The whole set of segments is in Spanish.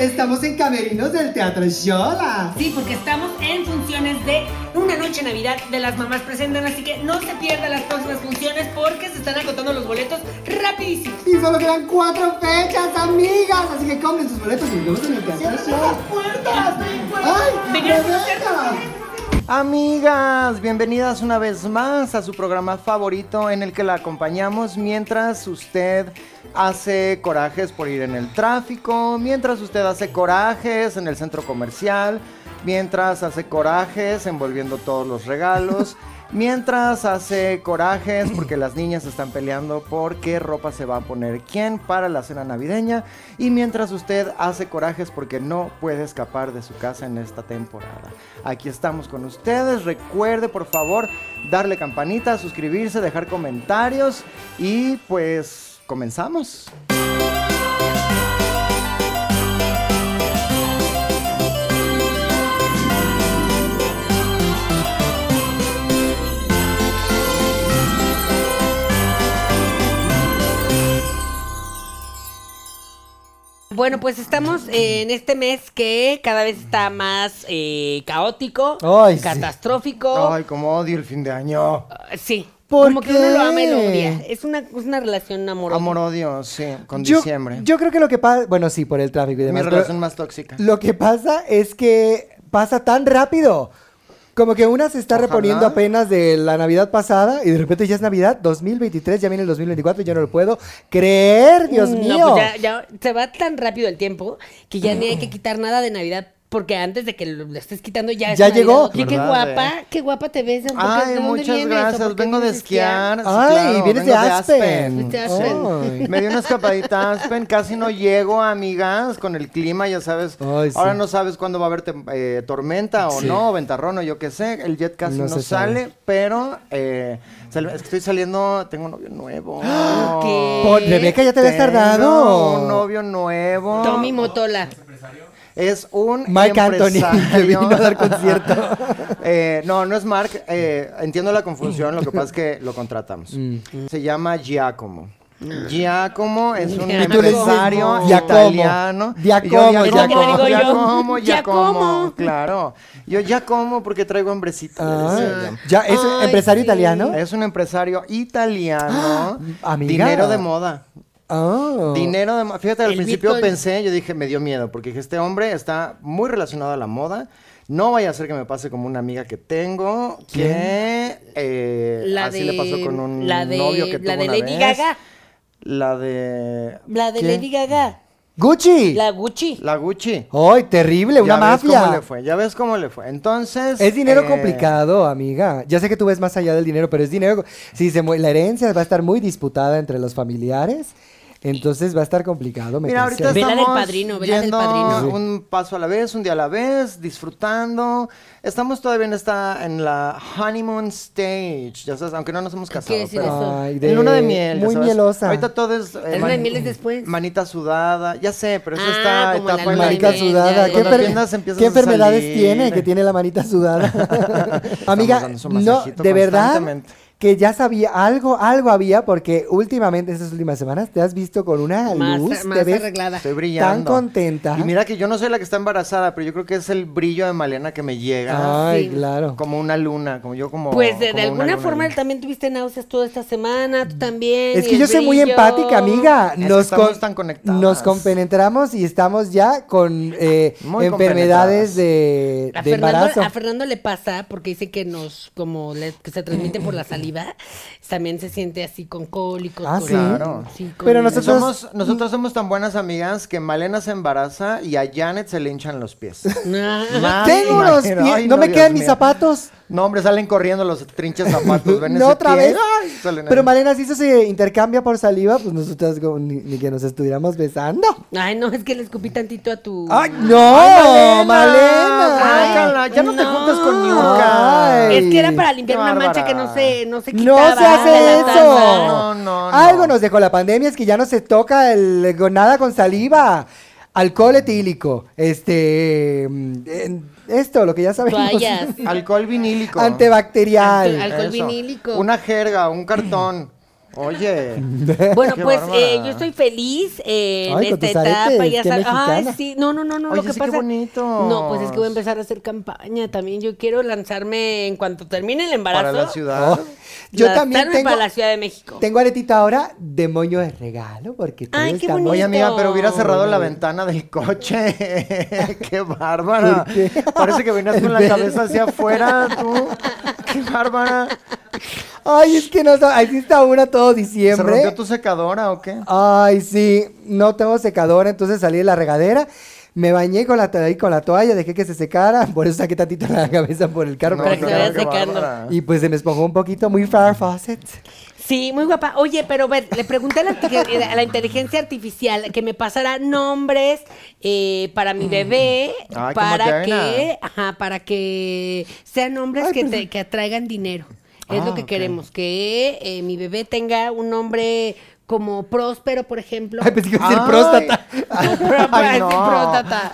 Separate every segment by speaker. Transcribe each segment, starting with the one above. Speaker 1: Estamos en camerinos del Teatro Shola.
Speaker 2: Sí, porque estamos en funciones de Una Noche Navidad de las Mamás Presentan, así que no se pierdan las próximas funciones porque se están agotando los boletos rapidísimo.
Speaker 1: Y solo quedan cuatro fechas, amigas. Así que compren sus boletos y nos vemos en el Teatro Shola.
Speaker 2: puertas!
Speaker 1: ¡Ay,
Speaker 2: Venga.
Speaker 1: Rebeca!
Speaker 3: Amigas, bienvenidas una vez más a su programa favorito en el que la acompañamos mientras usted hace corajes por ir en el tráfico, mientras usted hace corajes en el centro comercial, mientras hace corajes envolviendo todos los regalos, mientras hace corajes porque las niñas están peleando por qué ropa se va a poner quién para la cena navideña y mientras usted hace corajes porque no puede escapar de su casa en esta temporada. Aquí estamos con ustedes. Recuerde, por favor, darle campanita, suscribirse, dejar comentarios y pues comenzamos.
Speaker 2: Bueno, pues estamos eh, en este mes que cada vez está más eh, caótico,
Speaker 3: Ay, sí.
Speaker 2: catastrófico.
Speaker 3: Ay, como odio el fin de año.
Speaker 2: Ah, Sí.
Speaker 3: ¿Por
Speaker 2: Como que uno
Speaker 3: qué?
Speaker 2: lo ama y lo odia. Es una, es una relación amorosa.
Speaker 3: Amor-odio, sí, con
Speaker 4: yo,
Speaker 3: diciembre.
Speaker 4: yo creo que lo que pasa, bueno, sí, por el tráfico y
Speaker 3: Mi
Speaker 4: demás. pero
Speaker 3: relación más tóxica.
Speaker 4: Lo que pasa es que pasa tan rápido. Como que una se está
Speaker 3: Ojalá.
Speaker 4: reponiendo apenas de la Navidad pasada y de repente ya es Navidad 2023, ya viene el 2024, yo no lo puedo creer, Dios
Speaker 2: No,
Speaker 4: mío.
Speaker 2: pues ya, ya se va tan rápido el tiempo que ya ni hay que quitar nada de Navidad. Porque antes de que lo lo estés quitando ya es
Speaker 4: Ya
Speaker 2: Navidad.
Speaker 4: llegó.
Speaker 2: Oye, qué
Speaker 3: ¿Verdad,
Speaker 2: guapa,
Speaker 3: eh?
Speaker 2: qué guapa te ves. ¿Por qué- de
Speaker 3: Ay,
Speaker 2: dónde
Speaker 3: muchas
Speaker 2: vienes? ¿O por
Speaker 3: gracias.
Speaker 2: qué
Speaker 3: Vengo de
Speaker 2: vienes a
Speaker 3: esquiar. sí,
Speaker 4: Ay,
Speaker 3: claro,
Speaker 4: vienes de
Speaker 3: vengo
Speaker 4: Aspen.
Speaker 2: Fuiste a Aspen.
Speaker 4: Ay.
Speaker 3: Me di una escapadita a Aspen, casi no llego, amigas, con el clima, ya sabes.
Speaker 4: Ay, sí.
Speaker 3: Ahora no sabes cuándo va a haber tem- eh, tormenta o
Speaker 4: Sí.
Speaker 3: no, o ventarrón o yo qué sé. El jet casi no,
Speaker 4: No se
Speaker 3: sale,
Speaker 4: sabe.
Speaker 3: pero eh, sal- es que estoy saliendo, tengo un novio nuevo.
Speaker 2: ¿Qué?
Speaker 4: Por- Rebeca, ya te habías
Speaker 3: Tengo
Speaker 4: tardado.
Speaker 3: Un novio nuevo.
Speaker 2: Tommy Motola.
Speaker 3: Es un
Speaker 4: Mike Anthony,
Speaker 3: empresario.
Speaker 4: que vino a dar concierto.
Speaker 3: Eh, no, no es Mark. eh, entiendo la confusión, lo que pasa es que lo contratamos.
Speaker 4: Mm.
Speaker 3: Se llama Giacomo. Giacomo es un
Speaker 2: Y tú le dices,
Speaker 4: Giacomo.
Speaker 3: empresario italiano.
Speaker 4: Giacomo,
Speaker 3: Y yo,
Speaker 4: Es lo que
Speaker 3: Giacomo,
Speaker 2: digo yo.
Speaker 3: Giacomo, Giacomo,
Speaker 2: Giacomo.
Speaker 3: claro. Yo Giacomo porque traigo hambrecita. le decía yo.
Speaker 4: Ah, ya es
Speaker 2: Ay,
Speaker 4: empresario
Speaker 2: sí.
Speaker 4: italiano.
Speaker 3: Es un empresario
Speaker 4: Ah,
Speaker 3: italiano.
Speaker 4: amiga.
Speaker 3: Dinero de moda.
Speaker 4: Oh.
Speaker 3: Dinero de moda. Fíjate, al
Speaker 2: El
Speaker 3: principio
Speaker 2: Bitcoin.
Speaker 3: pensé, yo dije, me dio miedo, porque dije, este hombre está muy relacionado a la moda. No vaya a ser que me pase como una amiga que tengo, que eh,
Speaker 2: La
Speaker 3: así
Speaker 2: de-
Speaker 3: le pasó con un
Speaker 2: la de-
Speaker 3: novio que
Speaker 2: la
Speaker 3: tuvo
Speaker 2: de
Speaker 3: una
Speaker 2: Lady
Speaker 3: vez.
Speaker 2: Gaga.
Speaker 3: La de...
Speaker 2: La de
Speaker 3: ¿Quién?
Speaker 2: Lady Gaga.
Speaker 4: Gucci.
Speaker 2: La Gucci.
Speaker 3: La Gucci.
Speaker 4: Ay, terrible, una
Speaker 3: ya ves cómo
Speaker 4: mafia.
Speaker 3: le fue, ya ves cómo le fue. Entonces...
Speaker 4: Es dinero
Speaker 3: eh,
Speaker 4: complicado, amiga. Ya sé que tú ves más allá del dinero, pero es dinero. Si se mu- la herencia va a estar muy disputada entre los familiares, entonces va a estar complicado.
Speaker 3: Mira,
Speaker 4: meterse
Speaker 3: ahorita
Speaker 4: ahí.
Speaker 2: Vela del
Speaker 3: estamos
Speaker 2: padrino, vela del
Speaker 3: yendo
Speaker 2: padrino.
Speaker 3: un paso a la vez, un día a la vez, disfrutando. Estamos todavía en esta, en la honeymoon stage, ya sabes, aunque no nos hemos casado.
Speaker 2: quiere decir
Speaker 3: pero-
Speaker 2: eso?
Speaker 4: Ay,
Speaker 3: En luna de miel. ya
Speaker 4: Muy
Speaker 3: sabes.
Speaker 4: mielosa.
Speaker 3: Ahorita todo es. eh,
Speaker 2: El luna de miel es después.
Speaker 3: Manita sudada. Ya sé, pero eso
Speaker 2: Ah,
Speaker 3: está
Speaker 2: como la
Speaker 3: etapa
Speaker 2: luna
Speaker 3: en la
Speaker 2: de
Speaker 4: Manita
Speaker 2: miel, ya,
Speaker 4: sudada.
Speaker 2: ya.
Speaker 4: ¿Qué,
Speaker 2: Cuando
Speaker 4: enfer-
Speaker 3: apenas empiezas
Speaker 4: qué
Speaker 3: a
Speaker 4: enfermedades
Speaker 3: salir, eh.
Speaker 4: tiene que tiene la manita sudada? Amiga,
Speaker 3: dando su
Speaker 4: no,
Speaker 3: masajito
Speaker 4: de verdad
Speaker 3: constantemente.
Speaker 4: que ya sabía algo, algo había porque últimamente, estas últimas semanas, te has visto con una
Speaker 2: Más-
Speaker 4: luz,
Speaker 2: más
Speaker 4: te ves
Speaker 2: arreglada.
Speaker 3: Estoy brillando.
Speaker 4: tan contenta.
Speaker 3: Y mira que yo no soy la que está embarazada, pero yo creo que es el brillo de Malena que me llega.
Speaker 4: Ay,
Speaker 2: Sí.
Speaker 4: Ah, claro.
Speaker 3: Como una luna, como yo como.
Speaker 2: Pues de, de
Speaker 3: como una
Speaker 2: alguna
Speaker 3: luna
Speaker 2: forma
Speaker 3: llena.
Speaker 2: también tuviste náuseas toda esta semana, tú también.
Speaker 4: Es
Speaker 2: y
Speaker 4: que
Speaker 2: el
Speaker 4: yo soy muy
Speaker 2: brillo.
Speaker 4: empática, amiga.
Speaker 3: Es que
Speaker 4: Nos
Speaker 3: estamos
Speaker 4: con-
Speaker 3: tan conectadas.
Speaker 4: Nos compenetramos y estamos ya con eh,
Speaker 3: Muy compenetradas.
Speaker 4: enfermedades de,
Speaker 2: A
Speaker 4: de
Speaker 2: Fernando,
Speaker 4: embarazo.
Speaker 2: a Fernando le pasa porque dice que nos, como le- que se transmite por la saliva, también se siente así con cólicos.
Speaker 4: Ah,
Speaker 2: con-
Speaker 4: sí.
Speaker 3: Claro.
Speaker 2: con-
Speaker 4: Pero nosotros-
Speaker 3: Eh, Somos, nosotros somos tan buenas amigas que Malena se embaraza y a Janet se le hinchan los pies.
Speaker 2: Ah,
Speaker 3: Ma-
Speaker 4: Tengo
Speaker 3: Imagino-
Speaker 4: unos pies-
Speaker 3: Ay,
Speaker 4: no,
Speaker 3: no,
Speaker 4: me
Speaker 3: Dios
Speaker 4: quedan mis
Speaker 3: mío.
Speaker 4: zapatos.
Speaker 3: No, hombre, salen corriendo los trinches zapatos. Pues ¿ven
Speaker 4: No
Speaker 3: ese
Speaker 4: otra
Speaker 3: pie?
Speaker 4: vez.
Speaker 3: Ay, salen
Speaker 4: Pero
Speaker 3: ahí.
Speaker 4: Malena, si eso se intercambia por saliva, pues nosotras como ni, ni que nos estuviéramos besando.
Speaker 2: Ay, no, es que le escupí tantito a tu.
Speaker 4: ¡Ay, no! ¡Malena!
Speaker 3: guácala, ya no, te
Speaker 2: no.
Speaker 3: juntas con Niurka.
Speaker 4: Ay.
Speaker 2: es que era para limpiar
Speaker 3: qué
Speaker 2: una mancha
Speaker 3: bárbara.
Speaker 2: que no se, no se
Speaker 4: ¡No
Speaker 2: quitaba.
Speaker 4: se
Speaker 2: de la
Speaker 4: hace eso!
Speaker 2: taza.
Speaker 3: No, no, no.
Speaker 4: Algo nos dejó la pandemia, es que ya no se toca el, con nada con saliva. Alcohol etílico, este... mm, en- Esto, lo que ya sabemos.
Speaker 2: Toallas.
Speaker 3: Alcohol vinílico.
Speaker 4: Antibacterial.
Speaker 2: Ante- Alcohol
Speaker 3: Eso.
Speaker 2: vinílico.
Speaker 3: Una jerga, un cartón. Oye.
Speaker 2: Bueno,
Speaker 3: Qué
Speaker 2: pues
Speaker 3: bárbara.
Speaker 2: eh, yo estoy feliz eh,
Speaker 4: Ay,
Speaker 2: en
Speaker 4: con
Speaker 2: esta
Speaker 4: tus
Speaker 2: etapa.
Speaker 4: aretes,
Speaker 2: ya
Speaker 4: qué
Speaker 2: sabes- Ay,
Speaker 4: mexicana.
Speaker 2: sí, no, no, no, no.
Speaker 3: Oye,
Speaker 2: lo que
Speaker 3: sí, qué
Speaker 2: pasa.
Speaker 3: bonitos.
Speaker 2: No, pues es que voy a empezar a hacer campaña también. Yo quiero lanzarme en cuanto termine el embarazo.
Speaker 3: Para la ciudad.
Speaker 4: Yo
Speaker 2: lanzarme
Speaker 4: también tengo,
Speaker 2: para la Ciudad de México.
Speaker 4: tengo aretita ahora de moño de regalo porque todo
Speaker 2: Ay, qué
Speaker 4: está muy-
Speaker 2: bonito.
Speaker 3: Oye, amiga, pero
Speaker 2: Oh,
Speaker 3: hubiera cerrado la
Speaker 4: Bonito.
Speaker 3: ventana del coche. qué bárbara.
Speaker 4: ¿Por qué?
Speaker 3: Parece que venías con la cabeza hacia afuera, tú. Qué bárbara.
Speaker 4: Ay, es que no sab- Ahí sí está una todo
Speaker 3: ¿Se
Speaker 4: diciembre.
Speaker 3: rompió tu secadora o
Speaker 4: Ah,
Speaker 3: qué?
Speaker 4: Ay, sí, no tengo secadora, entonces salí de la regadera, me bañé con la, to- ahí con la toalla, dejé que se secara, por eso saqué tantito la cabeza por el carro.
Speaker 3: No,
Speaker 2: para que se
Speaker 3: claro,
Speaker 2: vaya
Speaker 3: qué
Speaker 2: secando.
Speaker 3: bárbara.
Speaker 4: Y pues se me esponjó un poquito, muy far faucet.
Speaker 2: Sí, muy guapa. Oye, pero a ver, le pregunté a la, arti- a la inteligencia artificial que me pasara nombres eh, para mi bebé,
Speaker 4: Mm.
Speaker 3: Ay, qué
Speaker 2: para
Speaker 3: moderna.
Speaker 2: que, ajá, para que sean nombres
Speaker 4: Ay,
Speaker 2: que,
Speaker 4: pues-
Speaker 2: te- que atraigan dinero. Es
Speaker 3: Ah,
Speaker 2: lo que
Speaker 3: ok.
Speaker 2: queremos, que eh, mi bebé tenga un nombre como próspero, por ejemplo.
Speaker 4: Ay, pensé que iba a decir
Speaker 3: Ay.
Speaker 4: próstata.
Speaker 2: Pro- para
Speaker 3: Ay,
Speaker 2: decir
Speaker 3: no.
Speaker 2: próstata.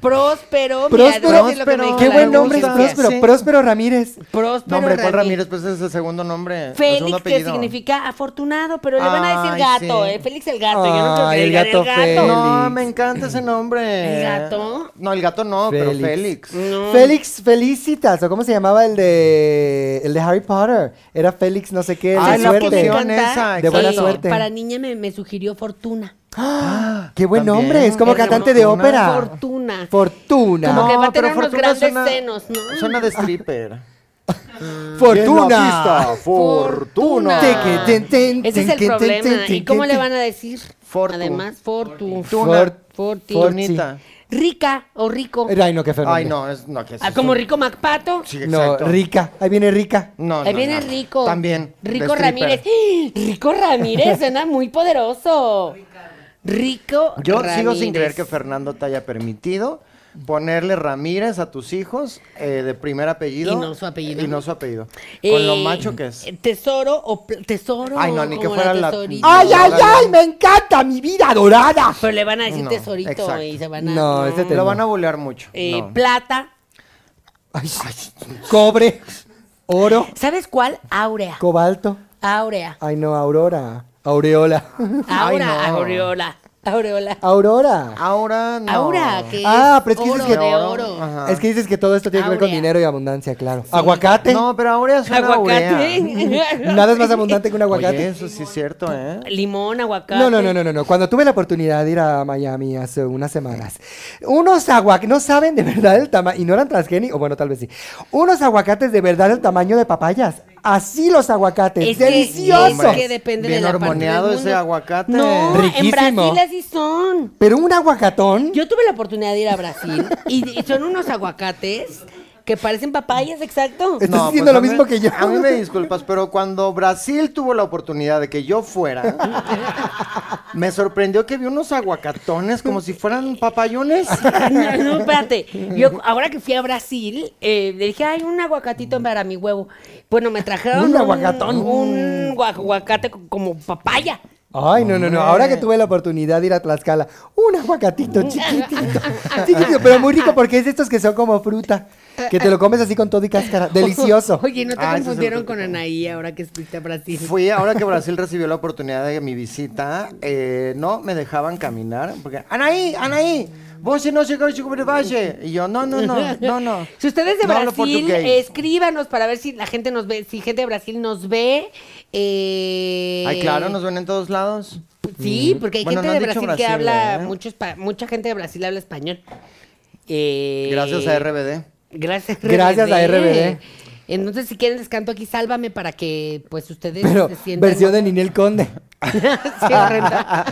Speaker 2: Próspero, mira, te voy a
Speaker 4: Próspero,
Speaker 2: decir lo que me
Speaker 3: Próspero,
Speaker 2: dijo
Speaker 4: qué
Speaker 2: la
Speaker 4: buen nombre es
Speaker 2: Google.
Speaker 3: Ramírez.
Speaker 4: Próspero,
Speaker 3: Sí.
Speaker 4: Próspero Ramírez.
Speaker 2: Próspero
Speaker 3: No, hombre,
Speaker 2: Ramírez.
Speaker 3: ¿cuál Ramírez? Pues ese es el segundo nombre. el segundo
Speaker 2: Félix, que
Speaker 3: apellido.
Speaker 2: significa afortunado, pero le van a decir
Speaker 3: Ay,
Speaker 2: gato,
Speaker 3: sí.
Speaker 2: ¿eh? Félix el gato. yo no creo que
Speaker 4: Ay,
Speaker 2: le
Speaker 4: el
Speaker 2: digan
Speaker 4: gato Félix.
Speaker 3: No, me encanta ese nombre.
Speaker 2: ¿El gato? Mm.
Speaker 3: No, el gato no, pero Félix.
Speaker 4: Félix Felicitas, o cómo se llamaba el de el de Harry Potter. Era Félix no sé qué, el
Speaker 3: Ay,
Speaker 4: de
Speaker 3: la
Speaker 4: suerte.
Speaker 3: poción. esa,
Speaker 4: de buena
Speaker 2: que
Speaker 4: suerte.
Speaker 2: Para niña me, me sugirió fortuna.
Speaker 4: Qué buen
Speaker 3: Ah, También.
Speaker 4: nombre, es como
Speaker 2: Era
Speaker 4: cantante de
Speaker 3: Fortuna.
Speaker 4: ópera.
Speaker 2: Fortuna.
Speaker 4: Fortuna.
Speaker 2: Como que va a
Speaker 3: No, pero
Speaker 2: tener unos
Speaker 3: Fortuna
Speaker 2: grandes
Speaker 3: suena-
Speaker 2: senos, ¿no?
Speaker 3: Suena de stripper.
Speaker 4: Fortuna.
Speaker 2: Fortuna.
Speaker 4: Teque, ten, ten,
Speaker 2: Ese es
Speaker 4: ten,
Speaker 2: el
Speaker 4: ten,
Speaker 2: problema.
Speaker 4: ten, ten,
Speaker 2: ¿Y cómo
Speaker 4: ten,
Speaker 2: le
Speaker 4: ten.
Speaker 2: van a decir?
Speaker 3: Fortu.
Speaker 2: Además, fortu.
Speaker 3: Tuna.
Speaker 2: Forti.
Speaker 3: Fortunita.
Speaker 2: Rica o rico.
Speaker 4: Ay, no, qué feo.
Speaker 3: Ay,
Speaker 4: nombre.
Speaker 3: no, es, no, que es
Speaker 2: Ah,
Speaker 3: eso?
Speaker 2: como rico Macpato.
Speaker 3: Sí,
Speaker 4: No,
Speaker 3: exacto.
Speaker 4: rica. Ahí viene rica.
Speaker 3: No,
Speaker 2: Ahí
Speaker 3: no,
Speaker 2: viene
Speaker 3: no.
Speaker 2: Rico.
Speaker 3: También. de
Speaker 2: Rico
Speaker 3: stripper.
Speaker 2: Ramírez. ¡Ah! Rico Ramírez, suena muy poderoso. Rico
Speaker 3: Yo sigo sin
Speaker 2: Ramírez.
Speaker 3: creer que Fernando te haya permitido ponerle Ramírez a tus hijos eh, de primer apellido.
Speaker 2: Y no su apellido.
Speaker 3: Y no su apellido. Con lo
Speaker 2: Eh,
Speaker 3: macho que es.
Speaker 2: Tesoro o pl- tesoro.
Speaker 3: Ay, no, ni que
Speaker 2: como
Speaker 3: fuera la-
Speaker 2: tesorito.
Speaker 4: ¡Ay, ay,
Speaker 3: no,
Speaker 4: ay! ¡Me encanta mi vida dorada!
Speaker 2: Pero le van a decir
Speaker 3: No,
Speaker 2: tesorito
Speaker 3: exacto.
Speaker 2: y se van a.
Speaker 4: No, este te-
Speaker 3: Lo van a bulear mucho.
Speaker 2: Eh,
Speaker 3: no.
Speaker 2: Plata.
Speaker 4: Ay, cobre, oro,
Speaker 2: ¿Sabes cuál? Áurea.
Speaker 4: cobalto.
Speaker 2: Áurea.
Speaker 4: Ay, no, aurora. Aureola.
Speaker 2: Aura,
Speaker 3: Ay, no.
Speaker 2: aureola. Aureola.
Speaker 4: Aurora.
Speaker 3: Ahora no.
Speaker 2: Aura, que
Speaker 4: Ah,
Speaker 2: es
Speaker 4: pero es que dices
Speaker 2: oro
Speaker 4: que-
Speaker 2: de
Speaker 3: Oro.
Speaker 2: oro.
Speaker 3: Ajá.
Speaker 4: Es que dices que todo esto tiene que ver con
Speaker 2: Áurea.
Speaker 4: dinero y abundancia, claro. Aguacate.
Speaker 3: No, pero Aurea es una aurea.
Speaker 2: Aguacate.
Speaker 4: Nada es más abundante que un aguacate.
Speaker 3: Oye, eso sí es cierto, ¿eh?
Speaker 2: Limón, aguacate.
Speaker 4: No, no, no, no, no, no. Cuando tuve la oportunidad de ir a Miami hace unas semanas, unos aguacates, no saben de verdad el tamaño, y no eran transgénicos, o bueno, tal vez sí, unos aguacates de verdad el tamaño de papayas. Así los aguacates,
Speaker 2: Es que-
Speaker 4: deliciosos.
Speaker 2: es que depende
Speaker 3: Bien
Speaker 2: de la parte
Speaker 3: hormoneado
Speaker 2: del
Speaker 3: ese
Speaker 2: mundo.
Speaker 3: aguacate.
Speaker 2: No, en
Speaker 4: Riquísimo.
Speaker 2: Brasil así son.
Speaker 4: Pero un aguacatón,
Speaker 2: Yo tuve la oportunidad de ir a Brasil y, y son unos aguacates que parecen papayas, exacto.
Speaker 4: Estás diciendo
Speaker 3: pues a
Speaker 4: lo
Speaker 3: mí-
Speaker 4: mismo que yo.
Speaker 3: A mí me disculpas, pero cuando Brasil tuvo la oportunidad de que yo fuera, me sorprendió que vi unos aguacatones como si fueran papayones.
Speaker 2: No, no, espérate. Yo, ahora que fui a Brasil, eh, le dije, hay un aguacatito para mi huevo. Bueno, me trajeron
Speaker 4: Un aguacatón.
Speaker 2: Un gua- aguacate co- como papaya.
Speaker 4: Ay, no, no,
Speaker 2: Ah.
Speaker 4: no. Ahora que tuve la oportunidad de ir a Tlaxcala, un aguacatito chiquitito. Chiquitito, pero muy rico porque es de estos que son como fruta. Que te lo comes así con todo y cáscara. Delicioso.
Speaker 2: Oye, ¿no te
Speaker 3: Ah, ese es el
Speaker 2: confundieron
Speaker 3: que
Speaker 2: con Anaí ahora que fuiste a Brasil?
Speaker 3: Fui ahora que Brasil recibió la oportunidad de mi visita, eh, no me dejaban caminar porque Anaí, Anaí, vos si no llegáis a el valle y yo no, no, no, no, no.
Speaker 2: Si ustedes de
Speaker 3: No hablo
Speaker 2: Brasil,
Speaker 3: portugués.
Speaker 2: eh, escríbanos para ver si la gente nos ve, si gente de Brasil nos ve. eh,
Speaker 3: Ay, claro, nos ven en todos lados.
Speaker 2: Sí, porque hay
Speaker 3: Bueno,
Speaker 2: gente
Speaker 3: no
Speaker 2: de
Speaker 3: han
Speaker 2: Brasil,
Speaker 3: dicho
Speaker 2: que
Speaker 3: Brasil,
Speaker 2: habla,
Speaker 3: ¿eh?
Speaker 2: muchos pa- mucha gente de Brasil habla español. Eh,
Speaker 3: Gracias a RBD.
Speaker 2: Gracias,
Speaker 4: Gracias a RBD.
Speaker 2: Entonces, si quieren, les canto aquí Sálvame para que, pues, ustedes
Speaker 4: Pero
Speaker 2: se sientan...
Speaker 4: versión de Ninel Conde.
Speaker 2: Sí, horrenda.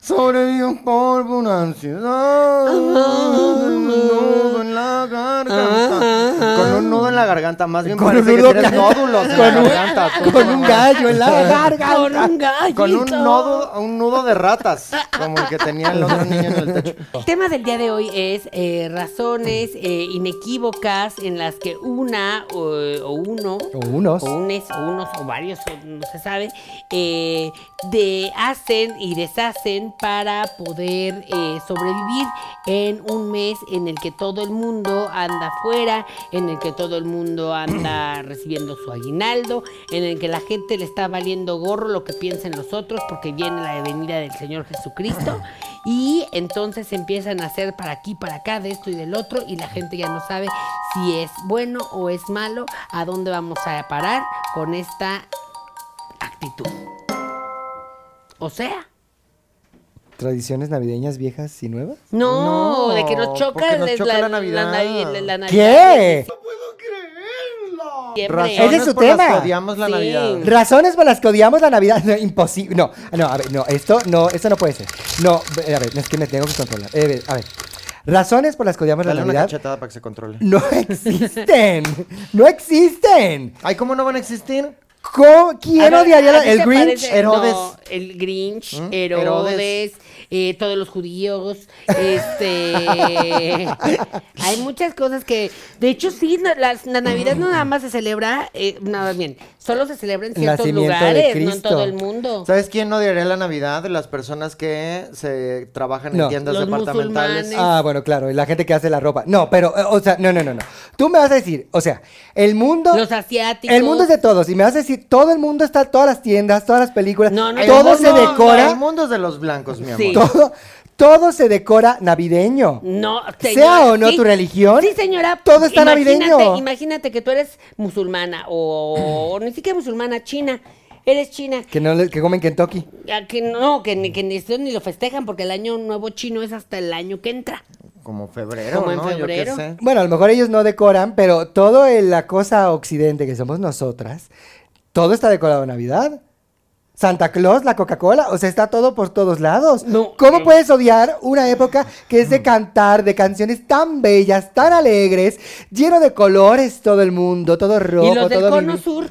Speaker 3: Sobreviví un polvo, una ansiedad. Un nudo en la garganta. Con un nudo en la garganta, más bien
Speaker 4: Con un
Speaker 3: parece que
Speaker 4: nudo
Speaker 3: tienes
Speaker 4: ca-
Speaker 3: nódulos en
Speaker 4: con
Speaker 3: la
Speaker 4: un-
Speaker 3: garganta. tú,
Speaker 4: Con un
Speaker 3: mamá.
Speaker 4: gallo en la garganta.
Speaker 2: Con un gallito.
Speaker 3: Con un nudo, un nudo de ratas, como el que tenía el otro niño en el techo.
Speaker 2: El tema del día de hoy es eh, razones eh, inequívocas en las que una o, o uno
Speaker 4: O unos.
Speaker 3: Oh.
Speaker 2: o unes o unos o varios o no se sabe eh, de hacen y deshacen para poder eh, sobrevivir en un mes en el que todo el mundo anda afuera en el que que todo el mundo anda recibiendo su aguinaldo, en el que la gente le está valiendo gorro lo que piensen los otros porque viene la venida del Señor Jesucristo y entonces empiezan a hacer para aquí, para acá, de esto y del otro y la gente ya no sabe si es bueno o es malo, a dónde vamos a parar con esta actitud. O sea,
Speaker 4: ¿Tradiciones navideñas viejas y nuevas?
Speaker 2: no,
Speaker 3: No,
Speaker 2: de que nos choca,
Speaker 3: porque nos
Speaker 2: es
Speaker 3: choca
Speaker 2: la,
Speaker 3: la
Speaker 2: Navidad.
Speaker 3: Navidad.
Speaker 2: la Navidad
Speaker 4: ¿Qué?
Speaker 2: de diciembre.
Speaker 3: Razones
Speaker 4: Ese es su
Speaker 3: por las
Speaker 4: tema.
Speaker 3: que odiamos la
Speaker 2: Sí.
Speaker 3: Navidad.
Speaker 4: Razones por las que odiamos la Navidad. No, imposible. No, no, a ver, no, esto no, esto no puede ser. No, eh, a ver, es que me tengo que controlar. Eh, a ver, a ver. Razones por las que odiamos
Speaker 3: Dale
Speaker 4: la
Speaker 3: una
Speaker 4: Navidad
Speaker 3: cachetada para que se controle.
Speaker 4: no existen. no existen.
Speaker 3: Ay, ¿cómo no van a existir?
Speaker 4: Co- ¿Quién
Speaker 2: A ver,
Speaker 4: odiaría
Speaker 2: ¿a
Speaker 4: la-
Speaker 2: ti
Speaker 4: el
Speaker 2: te
Speaker 4: Grinch?
Speaker 2: parece?
Speaker 3: Herodes.
Speaker 2: No, el Grinch,
Speaker 3: ¿Mm?
Speaker 2: Herodes,
Speaker 3: Herodes.
Speaker 2: eh, todos los judíos, este... hay muchas cosas que... De hecho, sí, no- las- la, Navidad no nada más se celebra, eh, nada bien, solo se celebra en
Speaker 4: El
Speaker 2: ciertos
Speaker 4: nacimiento de
Speaker 2: lugares, no en
Speaker 4: Cristo.
Speaker 2: todo el mundo.
Speaker 3: ¿Sabes quién odiaría la Navidad? Las personas que se trabajan en
Speaker 4: No.
Speaker 3: tiendas
Speaker 2: Los
Speaker 3: departamentales.
Speaker 2: musulmanes.
Speaker 4: Ah, bueno, claro, la gente que hace la ropa. No, pero, eh, o sea, no, no, no, no. Tú me vas a decir, o sea, el mundo.
Speaker 2: Los asiáticos.
Speaker 4: El mundo es de todos. Y me vas a decir, todo el mundo está, todas las tiendas, todas las películas,
Speaker 2: No, no,
Speaker 3: El
Speaker 4: todo
Speaker 3: mundo-
Speaker 4: se decora.
Speaker 3: El mundo es de los blancos, mi amor.
Speaker 2: Sí.
Speaker 4: Todo, todo se decora navideño.
Speaker 2: No,
Speaker 4: Sea
Speaker 2: señora,
Speaker 4: o no tu religión,
Speaker 2: Sí, señora.
Speaker 4: todo está
Speaker 2: imagínate-
Speaker 4: navideño.
Speaker 2: Imagínate que tú eres musulmana o, o ni siquiera musulmana, china. Eres china.
Speaker 4: Que no le- que comen Kentucky.
Speaker 2: Ah, que no, que, ni- que ni, esto ni lo festejan porque el año nuevo chino es hasta el año que entra.
Speaker 3: Como febrero,
Speaker 2: Como en
Speaker 3: ¿no?
Speaker 2: febrero.
Speaker 3: Yo qué sé.
Speaker 4: Bueno, a lo mejor ellos no decoran, pero todo en la cosa occidente que somos nosotras, todo está decorado en Navidad. Santa Claus, la Coca-Cola, o sea, está todo por todos lados.
Speaker 2: No, Mm.
Speaker 4: ¿Cómo
Speaker 2: no.
Speaker 4: puedes odiar una época que es de cantar, de canciones tan bellas, tan alegres, lleno de colores todo el mundo, todo rojo,
Speaker 2: y los del
Speaker 4: todo
Speaker 2: cono
Speaker 4: vivi-
Speaker 2: sur,